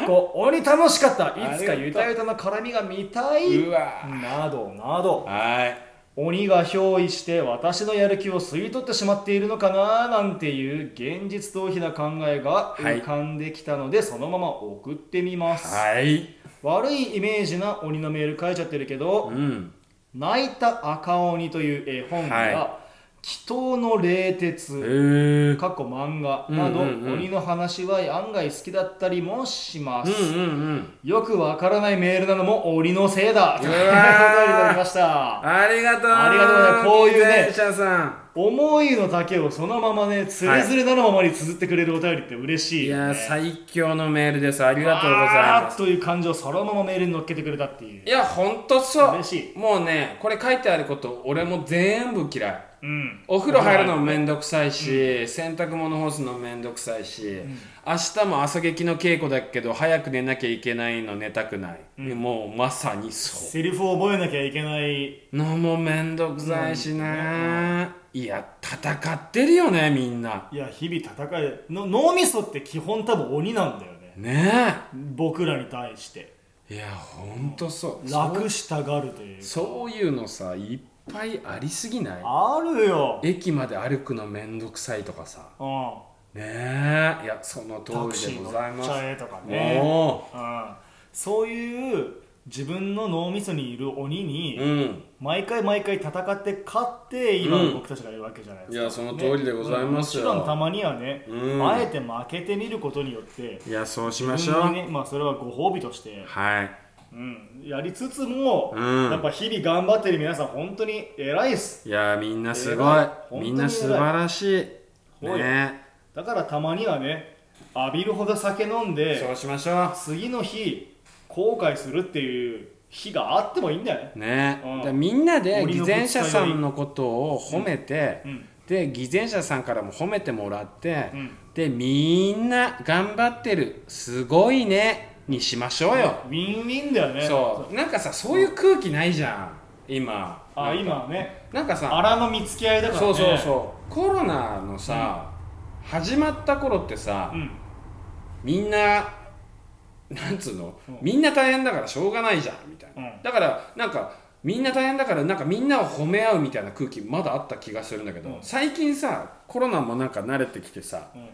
[SPEAKER 2] っこ鬼楽しかったいつかゆたゆたの絡みが見たいう
[SPEAKER 1] わ
[SPEAKER 2] などなど
[SPEAKER 1] はい
[SPEAKER 2] 鬼が憑依して私のやる気を吸い取ってしまっているのかななんていう現実逃避な考えが
[SPEAKER 1] はい
[SPEAKER 2] 浮かんできたので、そのまま送ってみます、
[SPEAKER 1] はい
[SPEAKER 2] 悪いイメージな鬼のメール書いちゃってるけど
[SPEAKER 1] うん
[SPEAKER 2] 「泣いた赤鬼」という絵本や「
[SPEAKER 1] は
[SPEAKER 2] 祈祷の冷徹」
[SPEAKER 1] へえ
[SPEAKER 2] 過去漫画など、
[SPEAKER 1] うんうんうん
[SPEAKER 2] 鬼の話は案外好きだったりもしま
[SPEAKER 1] う
[SPEAKER 2] す、
[SPEAKER 1] んうんうん
[SPEAKER 2] よくわからないメールなのも鬼のせいだと
[SPEAKER 1] う
[SPEAKER 2] い
[SPEAKER 1] わー
[SPEAKER 2] うお便りいただきました
[SPEAKER 1] ありがとう
[SPEAKER 2] ありがとうございますこういうね
[SPEAKER 1] 偽善者さん
[SPEAKER 2] 思いの丈をそのままねつれづれなのままに綴ってくれるお便りって嬉しい
[SPEAKER 1] い
[SPEAKER 2] よ、ね
[SPEAKER 1] やー
[SPEAKER 2] あ
[SPEAKER 1] 最強のメールですありがとうございます
[SPEAKER 2] という感情をそのままメールに乗っけてくれたっていう
[SPEAKER 1] いやほんとそう
[SPEAKER 2] 嬉し
[SPEAKER 1] もうねこれ書いてあること俺も全部嫌い
[SPEAKER 2] うん
[SPEAKER 1] お風呂入るのもめんどくさいし、洗濯物干すのめんどくさいし、明日も朝劇の稽古だけど早く寝なきゃいけないの寝たくない、もうまさにそ
[SPEAKER 2] セリフを覚えなきゃいけないう
[SPEAKER 1] のもめんどくさいしね、いや戦ってるよねみんない
[SPEAKER 2] や日々戦いの脳みそって基本多分鬼なんだよね
[SPEAKER 1] ね
[SPEAKER 2] 僕らに対して
[SPEAKER 1] えいやほんとそう
[SPEAKER 2] 楽したがるという
[SPEAKER 1] そういうのさいっぱいありすぎない
[SPEAKER 2] あるよ、
[SPEAKER 1] 駅まで歩くのめんどくさいとかさ
[SPEAKER 2] うん、
[SPEAKER 1] ねえいやその通
[SPEAKER 2] タクシ
[SPEAKER 1] りで
[SPEAKER 2] ー
[SPEAKER 1] ご
[SPEAKER 2] の
[SPEAKER 1] ざいま
[SPEAKER 2] っ
[SPEAKER 1] す
[SPEAKER 2] ちゃえとかね、
[SPEAKER 1] も
[SPEAKER 2] うん、そういう自分の脳みそにいる鬼に、
[SPEAKER 1] ううん
[SPEAKER 2] 毎回毎回戦って勝って今の僕たちがいるわけじゃないですか、
[SPEAKER 1] うんいやその通りでございますよ
[SPEAKER 2] ねもちろんたまにはね、
[SPEAKER 1] うん
[SPEAKER 2] あえて負けてみることによって
[SPEAKER 1] いやそうしまし
[SPEAKER 2] 自
[SPEAKER 1] ょ
[SPEAKER 2] 分
[SPEAKER 1] う、
[SPEAKER 2] にね、まあ、それはご褒美として、
[SPEAKER 1] はい
[SPEAKER 2] うん、やりつつも、
[SPEAKER 1] うん
[SPEAKER 2] やっぱ日々頑張ってる皆さん本当に偉いっす
[SPEAKER 1] いやーみんなすご
[SPEAKER 2] 偉
[SPEAKER 1] い
[SPEAKER 2] い本当に
[SPEAKER 1] みんな素晴らしい
[SPEAKER 2] 偉い
[SPEAKER 1] ね
[SPEAKER 2] だからたまにはね浴びるほど酒飲ん
[SPEAKER 1] えそ
[SPEAKER 2] で
[SPEAKER 1] うしましょう
[SPEAKER 2] 次の日後悔するっていう日があってもいいんだよね
[SPEAKER 1] ね、
[SPEAKER 2] うん
[SPEAKER 1] だからみんなで
[SPEAKER 2] 森
[SPEAKER 1] 偽
[SPEAKER 2] の
[SPEAKER 1] 善者さんのことを褒めて、
[SPEAKER 2] うん
[SPEAKER 1] で偽善者さんからも褒めてもらって、
[SPEAKER 2] うん
[SPEAKER 1] でみんな頑張ってるすごいねにしましょうよ、
[SPEAKER 2] ウィンウィンだよね
[SPEAKER 1] そうなんかさそういう空気ないじゃん今
[SPEAKER 2] あ
[SPEAKER 1] なんか
[SPEAKER 2] 今はね
[SPEAKER 1] なんかさ
[SPEAKER 2] 荒の見つけ合いだからね
[SPEAKER 1] そうそうそうコロナのさ、始まった頃ってさ、
[SPEAKER 2] うん
[SPEAKER 1] みんななんつうの、
[SPEAKER 2] うん
[SPEAKER 1] みんな大変だからしょうがないじゃんみたいな、
[SPEAKER 2] うん
[SPEAKER 1] だからなんかみんな大変だからなんかみんなを褒め合うみたいな空気まだあった気がするんだけど、
[SPEAKER 2] うん
[SPEAKER 1] 最近さコロナもなんか慣れてきてさ
[SPEAKER 2] うん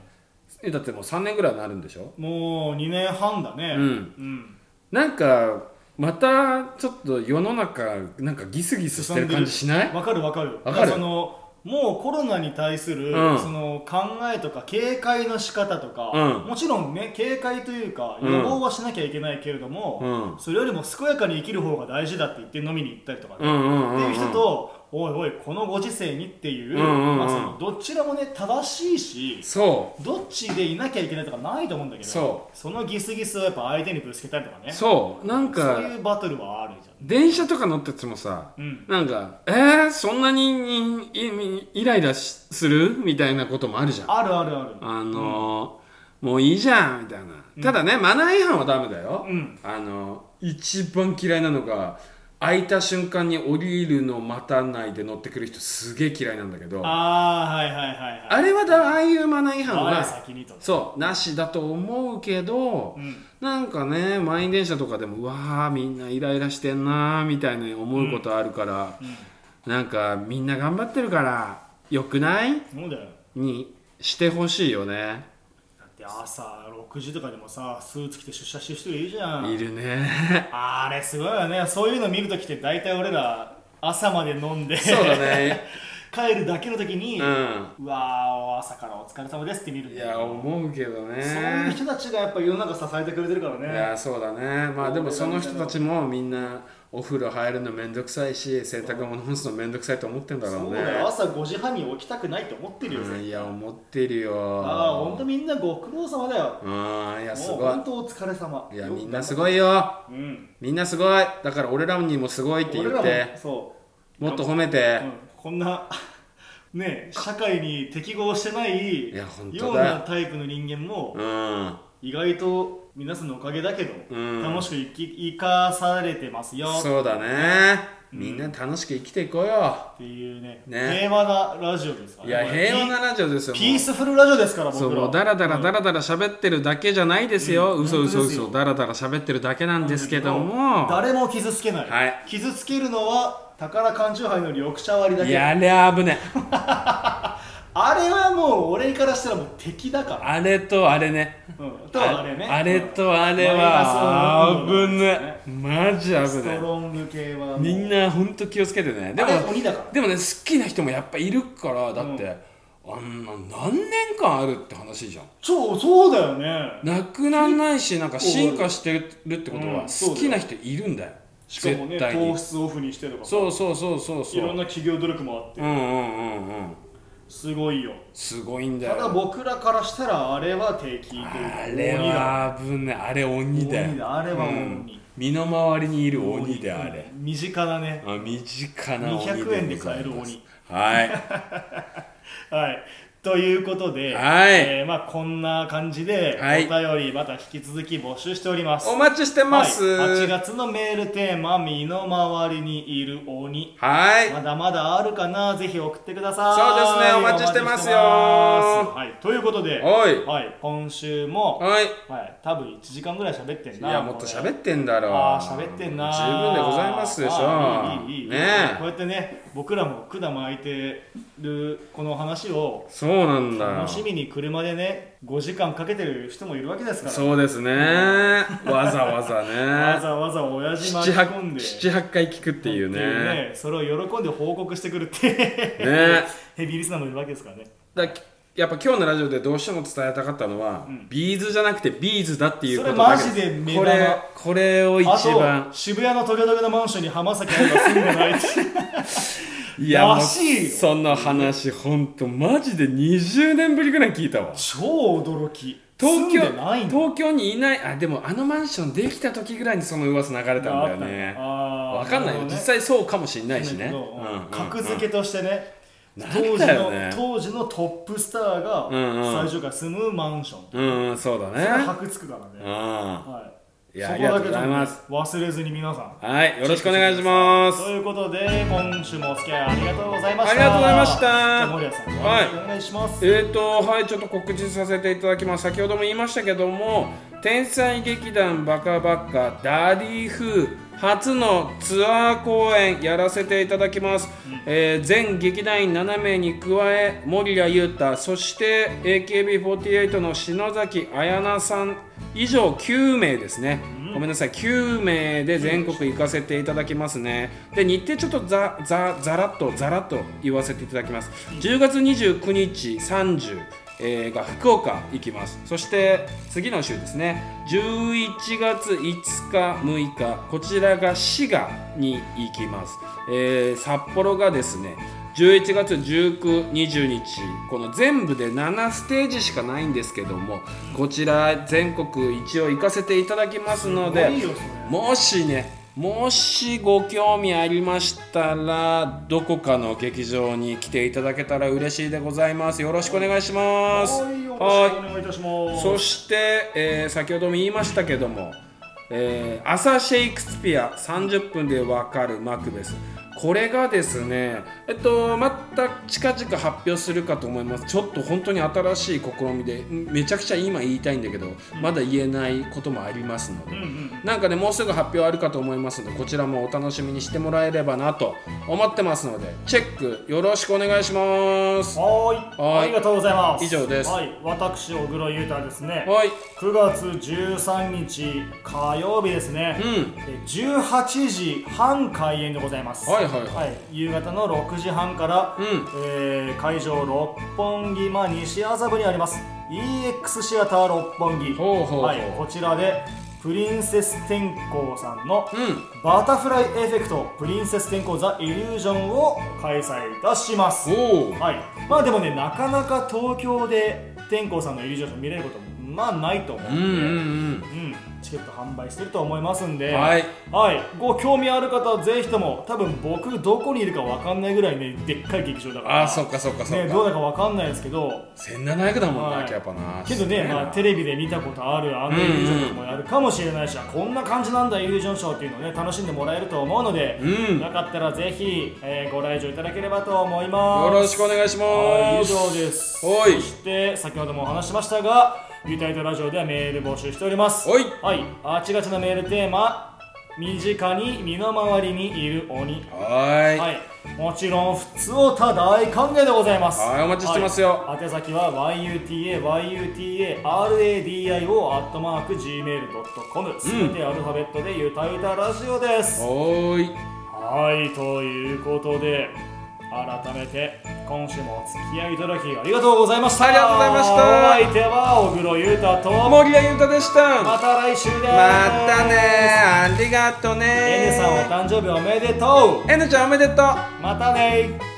[SPEAKER 1] えだってもう3年ぐらいになるんでしょ
[SPEAKER 2] もう2年半だね
[SPEAKER 1] うん
[SPEAKER 2] うん
[SPEAKER 1] なんかまたちょっと世の中なんかギスギスしてる感じしない
[SPEAKER 2] わかるわかる
[SPEAKER 1] わかる
[SPEAKER 2] そのもうコロナに対する、
[SPEAKER 1] うん
[SPEAKER 2] その考えとか警戒の仕方とか、
[SPEAKER 1] うん
[SPEAKER 2] もちろんね警戒というか
[SPEAKER 1] う
[SPEAKER 2] 予
[SPEAKER 1] ん
[SPEAKER 2] 防はしなきゃいけないけれど
[SPEAKER 1] う
[SPEAKER 2] も、
[SPEAKER 1] ん
[SPEAKER 2] それよりも健やかに生きる方が大事だって言って飲みに行ったりとかね、
[SPEAKER 1] うんうんうんう
[SPEAKER 2] って
[SPEAKER 1] ん
[SPEAKER 2] いう人と、おいおいこのご時世にっていう,、
[SPEAKER 1] うんうんうん
[SPEAKER 2] まあ、そのどちらもね正しいし
[SPEAKER 1] そう
[SPEAKER 2] どっちでいなきゃいけないとかないと思うんだけど
[SPEAKER 1] そ
[SPEAKER 2] のギスギスをやっぱ相手にぶつけたりとかね
[SPEAKER 1] そうなん
[SPEAKER 2] そうい
[SPEAKER 1] か
[SPEAKER 2] うバトルはあるじゃん
[SPEAKER 1] 電車とか乗っててもさ
[SPEAKER 2] うん
[SPEAKER 1] なんかえー、そんなにいいイライラしするみたいなこともあるじゃんあ
[SPEAKER 2] あるあるある
[SPEAKER 1] のーもういいじゃんみたいな、ただねマナー違反はダメだよ、
[SPEAKER 2] うん
[SPEAKER 1] あのー一番嫌いなのが開いた瞬間に降りるの待たないで乗ってくる人すげえ嫌いなんだけどあ
[SPEAKER 2] ああはいはいはいはい
[SPEAKER 1] れはだああいうマナー違反
[SPEAKER 2] 我
[SPEAKER 1] は
[SPEAKER 2] 先にとね
[SPEAKER 1] そうなしだと思うけど、
[SPEAKER 2] うん
[SPEAKER 1] なんかね満員電車とかでもうわーみんなイライラしてんなーみたいに思うことあるから、なんかみんな頑張ってるからよくない
[SPEAKER 2] そうだよ
[SPEAKER 1] にしてほしいよね
[SPEAKER 2] だって朝6時とかでもさスーツ着て出社してる人いるじゃん
[SPEAKER 1] いる ね
[SPEAKER 2] あれすごいよねそういうの見るときって大体俺ら朝まで飲んで
[SPEAKER 1] そうだね
[SPEAKER 2] 帰るだけの時に、
[SPEAKER 1] う
[SPEAKER 2] うんわー朝からお疲れ様ですって見るん
[SPEAKER 1] い
[SPEAKER 2] だよ
[SPEAKER 1] や思うけどね
[SPEAKER 2] そういう人たちがやっぱ世の中支えてくれてるから
[SPEAKER 1] い
[SPEAKER 2] ね
[SPEAKER 1] やそうだねまあでもその人たちもみんなお風呂入るのめんどくさいし洗濯物干すのめんどくさいと思ってんだろうね
[SPEAKER 2] そうだよ朝5時半に起きたくないって思ってるよ、
[SPEAKER 1] うんい
[SPEAKER 2] ね
[SPEAKER 1] や思ってるよ
[SPEAKER 2] ああほんとみんなご苦労様だよ
[SPEAKER 1] うんいやす
[SPEAKER 2] もう
[SPEAKER 1] ご
[SPEAKER 2] ほん
[SPEAKER 1] い
[SPEAKER 2] とお疲れ様
[SPEAKER 1] いやみんなす
[SPEAKER 2] い
[SPEAKER 1] ごいよ
[SPEAKER 2] うん
[SPEAKER 1] みんなすごいだから俺らにもすごいって言
[SPEAKER 2] 俺
[SPEAKER 1] っ
[SPEAKER 2] ら
[SPEAKER 1] て
[SPEAKER 2] もそう
[SPEAKER 1] もっと褒めて
[SPEAKER 2] うん、こんな ね社会に適合してない
[SPEAKER 1] いや本当だ
[SPEAKER 2] ようなタイプの人間も
[SPEAKER 1] うん
[SPEAKER 2] 意外と皆さんのおかげだけど、
[SPEAKER 1] うん
[SPEAKER 2] 楽しく生き生かされてますよ
[SPEAKER 1] そうだね
[SPEAKER 2] うん
[SPEAKER 1] みんな楽しく生きていこうよ
[SPEAKER 2] っていうね
[SPEAKER 1] ね
[SPEAKER 2] 平和なラジオですから
[SPEAKER 1] いや
[SPEAKER 2] これ
[SPEAKER 1] 平和なラジオですよ
[SPEAKER 2] ピピー
[SPEAKER 1] も
[SPEAKER 2] スフルラジオですから
[SPEAKER 1] うそう
[SPEAKER 2] 僕
[SPEAKER 1] も
[SPEAKER 2] ら
[SPEAKER 1] うダラダラダ
[SPEAKER 2] ラ
[SPEAKER 1] ラダラ喋ってるだけじゃないですよ
[SPEAKER 2] うん
[SPEAKER 1] 嘘嘘
[SPEAKER 2] 本当です
[SPEAKER 1] 嘘
[SPEAKER 2] よ
[SPEAKER 1] ダラダラ喋ってるだけなんですけども
[SPEAKER 2] 誰も傷つけない、
[SPEAKER 1] はい
[SPEAKER 2] 傷つけるのは宝缶中杯の緑茶割りだ
[SPEAKER 1] い
[SPEAKER 2] け
[SPEAKER 1] やあれは危ねえ
[SPEAKER 2] あれはもう俺からしたらもう敵だから
[SPEAKER 1] あれとあれね
[SPEAKER 2] うん、とあれね
[SPEAKER 1] あれとあれは危ねえマジ
[SPEAKER 2] ス
[SPEAKER 1] 危
[SPEAKER 2] ト
[SPEAKER 1] ねえ
[SPEAKER 2] ロング系はもう
[SPEAKER 1] みんなほんと気をつけてねで
[SPEAKER 2] あ
[SPEAKER 1] も
[SPEAKER 2] れ鬼だから
[SPEAKER 1] でもね好きな人もやっぱいるからだって、あんな何年間あるって話じゃん
[SPEAKER 2] そうそうだよね
[SPEAKER 1] なくならないしなんか進化してるってこと
[SPEAKER 2] う
[SPEAKER 1] は
[SPEAKER 2] んそうだよ
[SPEAKER 1] 好きな人いるんだよ、
[SPEAKER 2] しかも
[SPEAKER 1] 絶
[SPEAKER 2] ね
[SPEAKER 1] 対に
[SPEAKER 2] 糖質オフにしてとか
[SPEAKER 1] そうそうそうそうそう
[SPEAKER 2] いろんな企業努力もあって
[SPEAKER 1] うんうんうんうん
[SPEAKER 2] すごいよ
[SPEAKER 1] すごいんだ
[SPEAKER 2] た
[SPEAKER 1] よ
[SPEAKER 2] だ僕らからしたらあれは敵というか
[SPEAKER 1] あれは危ねあれ鬼
[SPEAKER 2] 鬼
[SPEAKER 1] だ
[SPEAKER 2] だ
[SPEAKER 1] よ
[SPEAKER 2] 鬼だあれは鬼、
[SPEAKER 1] うん身の回りにいる鬼だよあれ
[SPEAKER 2] 身近なね
[SPEAKER 1] あ身近な鬼で
[SPEAKER 2] 200円で買える
[SPEAKER 1] ございます
[SPEAKER 2] 鬼
[SPEAKER 1] はい
[SPEAKER 2] はいということで、
[SPEAKER 1] はい
[SPEAKER 2] えーまあ、こんな感じで
[SPEAKER 1] はい
[SPEAKER 2] お便りまた引き続き募集しております、
[SPEAKER 1] お待ちしてます
[SPEAKER 2] はい、8月のメールテーマ「身の回りにいる鬼」
[SPEAKER 1] はい
[SPEAKER 2] まだまだあるかな、ぜひ送ってください。
[SPEAKER 1] そうですねお待ちしてますよ
[SPEAKER 2] お待ちしてますはい、ということで、
[SPEAKER 1] おい
[SPEAKER 2] はい、今週も、
[SPEAKER 1] はい
[SPEAKER 2] はい、多分1時間ぐらい喋ってん
[SPEAKER 1] い
[SPEAKER 2] な。
[SPEAKER 1] やもっと喋
[SPEAKER 2] っ
[SPEAKER 1] ってんだろう
[SPEAKER 2] あー喋ってんな。
[SPEAKER 1] 十分でございますでし
[SPEAKER 2] あ
[SPEAKER 1] ょ
[SPEAKER 2] ーいいいいいい
[SPEAKER 1] ね
[SPEAKER 2] こう
[SPEAKER 1] え
[SPEAKER 2] やってね、僕らも管巻いてるこの話を、
[SPEAKER 1] そうなんだよ
[SPEAKER 2] 楽しみに車でね、5時間かけてる人もいるわけですから。
[SPEAKER 1] そうですねわざわざ
[SPEAKER 2] わ
[SPEAKER 1] ね
[SPEAKER 2] ざわざ親父
[SPEAKER 1] 七
[SPEAKER 2] 巻き込
[SPEAKER 1] 八
[SPEAKER 2] んで。
[SPEAKER 1] 七八回聞くっていう
[SPEAKER 2] ってい
[SPEAKER 1] ね
[SPEAKER 2] うねそれを喜んで報告してくるって
[SPEAKER 1] ね
[SPEAKER 2] ヘビーリスナーもいるわけですからね
[SPEAKER 1] だやっぱ今日のラジオでどうしても伝えたかったのは、ビーズじゃなくてビーズだっていうことだけ
[SPEAKER 2] それマジで目
[SPEAKER 1] こ
[SPEAKER 2] 玉
[SPEAKER 1] れこれを一
[SPEAKER 2] あ
[SPEAKER 1] 番
[SPEAKER 2] と渋谷のトゲトゲのマンションに浜崎あゆが住んでないって
[SPEAKER 1] いやもう
[SPEAKER 2] らしいよ
[SPEAKER 1] その話ほんとマジで20年ぶりぐらい聞いたわ
[SPEAKER 2] 超驚き
[SPEAKER 1] 東京
[SPEAKER 2] 住んでないんだ
[SPEAKER 1] 東京にいないあでもあのマンションできた時ぐらいにその噂流れたんだよね
[SPEAKER 2] あ
[SPEAKER 1] わかんないよ、実際そうかもしれないしね、うんうん
[SPEAKER 2] 格付けとしてね、
[SPEAKER 1] な
[SPEAKER 2] 当
[SPEAKER 1] ん
[SPEAKER 2] 時
[SPEAKER 1] だ
[SPEAKER 2] の
[SPEAKER 1] よね
[SPEAKER 2] 当時のトップスターが
[SPEAKER 1] うんうん
[SPEAKER 2] 最初から住むマンション、
[SPEAKER 1] うんうんそうだ
[SPEAKER 2] それは
[SPEAKER 1] ね
[SPEAKER 2] 箔つくから
[SPEAKER 1] う
[SPEAKER 2] ね、
[SPEAKER 1] ん
[SPEAKER 2] はい
[SPEAKER 1] いや
[SPEAKER 2] そ
[SPEAKER 1] あ
[SPEAKER 2] こ
[SPEAKER 1] りが
[SPEAKER 2] だ
[SPEAKER 1] とうご
[SPEAKER 2] けちょ
[SPEAKER 1] ざいます
[SPEAKER 2] っと忘れずに皆さん
[SPEAKER 1] はいよろしくお願いします
[SPEAKER 2] ということで今週もお付き合いありがとうございました
[SPEAKER 1] ありがとうございました
[SPEAKER 2] じゃあ森谷さん、
[SPEAKER 1] はい
[SPEAKER 2] お願いします
[SPEAKER 1] えーとはいちょっと告知させていただきます先ほども言いましたけども天才劇団バカバカダディ風初のツアー公演やらせていただきます、えー全劇団員7名に加え森谷裕太そして AKB48 の篠崎彩菜さん以上9名ですね、ごめんなさい9名で全国行かせていただきますねで日程ちょっとざざざらっとざらっと言わせていただきます10月29日30えーが福岡行きますそして次の週ですね11月5日6日こちらが滋賀に行きます、えー札幌がですね11月19、20日この全部で7ステージしかないんですけどもこちら全国一応行かせていただきますので
[SPEAKER 2] いいよそれ
[SPEAKER 1] もしねもしご興味ありましたらどこかの劇場に来ていただけたら嬉しいでございますよろしくお願いします
[SPEAKER 2] はいよろしくお願いいたします
[SPEAKER 1] そして、えー先ほども言いましたけども「えー朝シェイクスピア30分でわかるマクベス」これがですねえっとまた近々発表するかと思いますちょっと本当に新しい試みでんめちゃくちゃ今言いたいんだけどまだ言えないこともありますので、
[SPEAKER 2] うんうん
[SPEAKER 1] なんかねもうすぐ発表あるかと思いますのでこちらもお楽しみにしてもらえればなと思ってますのでチェックよろしくお願いします
[SPEAKER 2] はー
[SPEAKER 1] は
[SPEAKER 2] い
[SPEAKER 1] ーい
[SPEAKER 2] ありがとうございます
[SPEAKER 1] 以上です
[SPEAKER 2] はい私小黒裕太ですね
[SPEAKER 1] はい
[SPEAKER 2] 9月13日火曜日ですね、
[SPEAKER 1] うん
[SPEAKER 2] え18時半開演でございます
[SPEAKER 1] はいはいは
[SPEAKER 2] 夕方の6時半から、
[SPEAKER 1] うん
[SPEAKER 2] えー会場六本木まあ西麻布にあります EX シアター六本木
[SPEAKER 1] ほうほうほう
[SPEAKER 2] はい、こちらでプリンセス天功さんの、
[SPEAKER 1] うん
[SPEAKER 2] バタフライエフェクトプリンセス天功ザ・イリュージョンを開催いたします
[SPEAKER 1] おお
[SPEAKER 2] はい、まあでもねなかなか東京で天功さんのイリュージョンション見れることもまあないと思う
[SPEAKER 1] うん
[SPEAKER 2] ん
[SPEAKER 1] う
[SPEAKER 2] で、
[SPEAKER 1] んうん
[SPEAKER 2] うんチケット販売してると思いますんで、
[SPEAKER 1] はい、
[SPEAKER 2] はいご興味ある方はぜひとも多分僕どこにいるかわかんないぐらいねでっかい劇場だから
[SPEAKER 1] あーそっかそっかそっか、
[SPEAKER 2] ね、どうだかわかんないですけど
[SPEAKER 1] 1700だもんな、
[SPEAKER 2] はい
[SPEAKER 1] キャパな
[SPEAKER 2] けどね、まあ、テレビで見たことあるあのイリュージョンションもやるかもしれないし、こんな感じなんだイリュージョンショーっていうのをね楽しんでもらえると思うので、
[SPEAKER 1] うん
[SPEAKER 2] よかったらぜひ、えーご来場いただければと思います
[SPEAKER 1] よろしくお願いし
[SPEAKER 2] はい
[SPEAKER 1] ま
[SPEAKER 2] 以
[SPEAKER 1] す
[SPEAKER 2] 上です
[SPEAKER 1] はい
[SPEAKER 2] そして先ほどもお話しましたが「ゆたゆたラジオ」ではメール募集しております
[SPEAKER 1] はい
[SPEAKER 2] あちがちのメールテーマ「身近に身の回りにいる鬼」
[SPEAKER 1] はい
[SPEAKER 2] はい、もちろん普通をた大歓迎でございます
[SPEAKER 1] はいお待ちしてますよ
[SPEAKER 2] はい宛先は yutayutaradio.gmail.com すべてアルファベットでゆたゆたラジオです、
[SPEAKER 1] おーい
[SPEAKER 2] はいということで改めて今週もお付き合いいただきありがとうございました
[SPEAKER 1] ありがとうございました
[SPEAKER 2] お相手は小黒裕太と
[SPEAKER 1] 森田裕太でした
[SPEAKER 2] ま
[SPEAKER 1] ま
[SPEAKER 2] た来週ですま
[SPEAKER 1] たねありがとね
[SPEAKER 2] N さんお誕生日おめでと
[SPEAKER 1] N ちゃんおめでとう
[SPEAKER 2] うまたね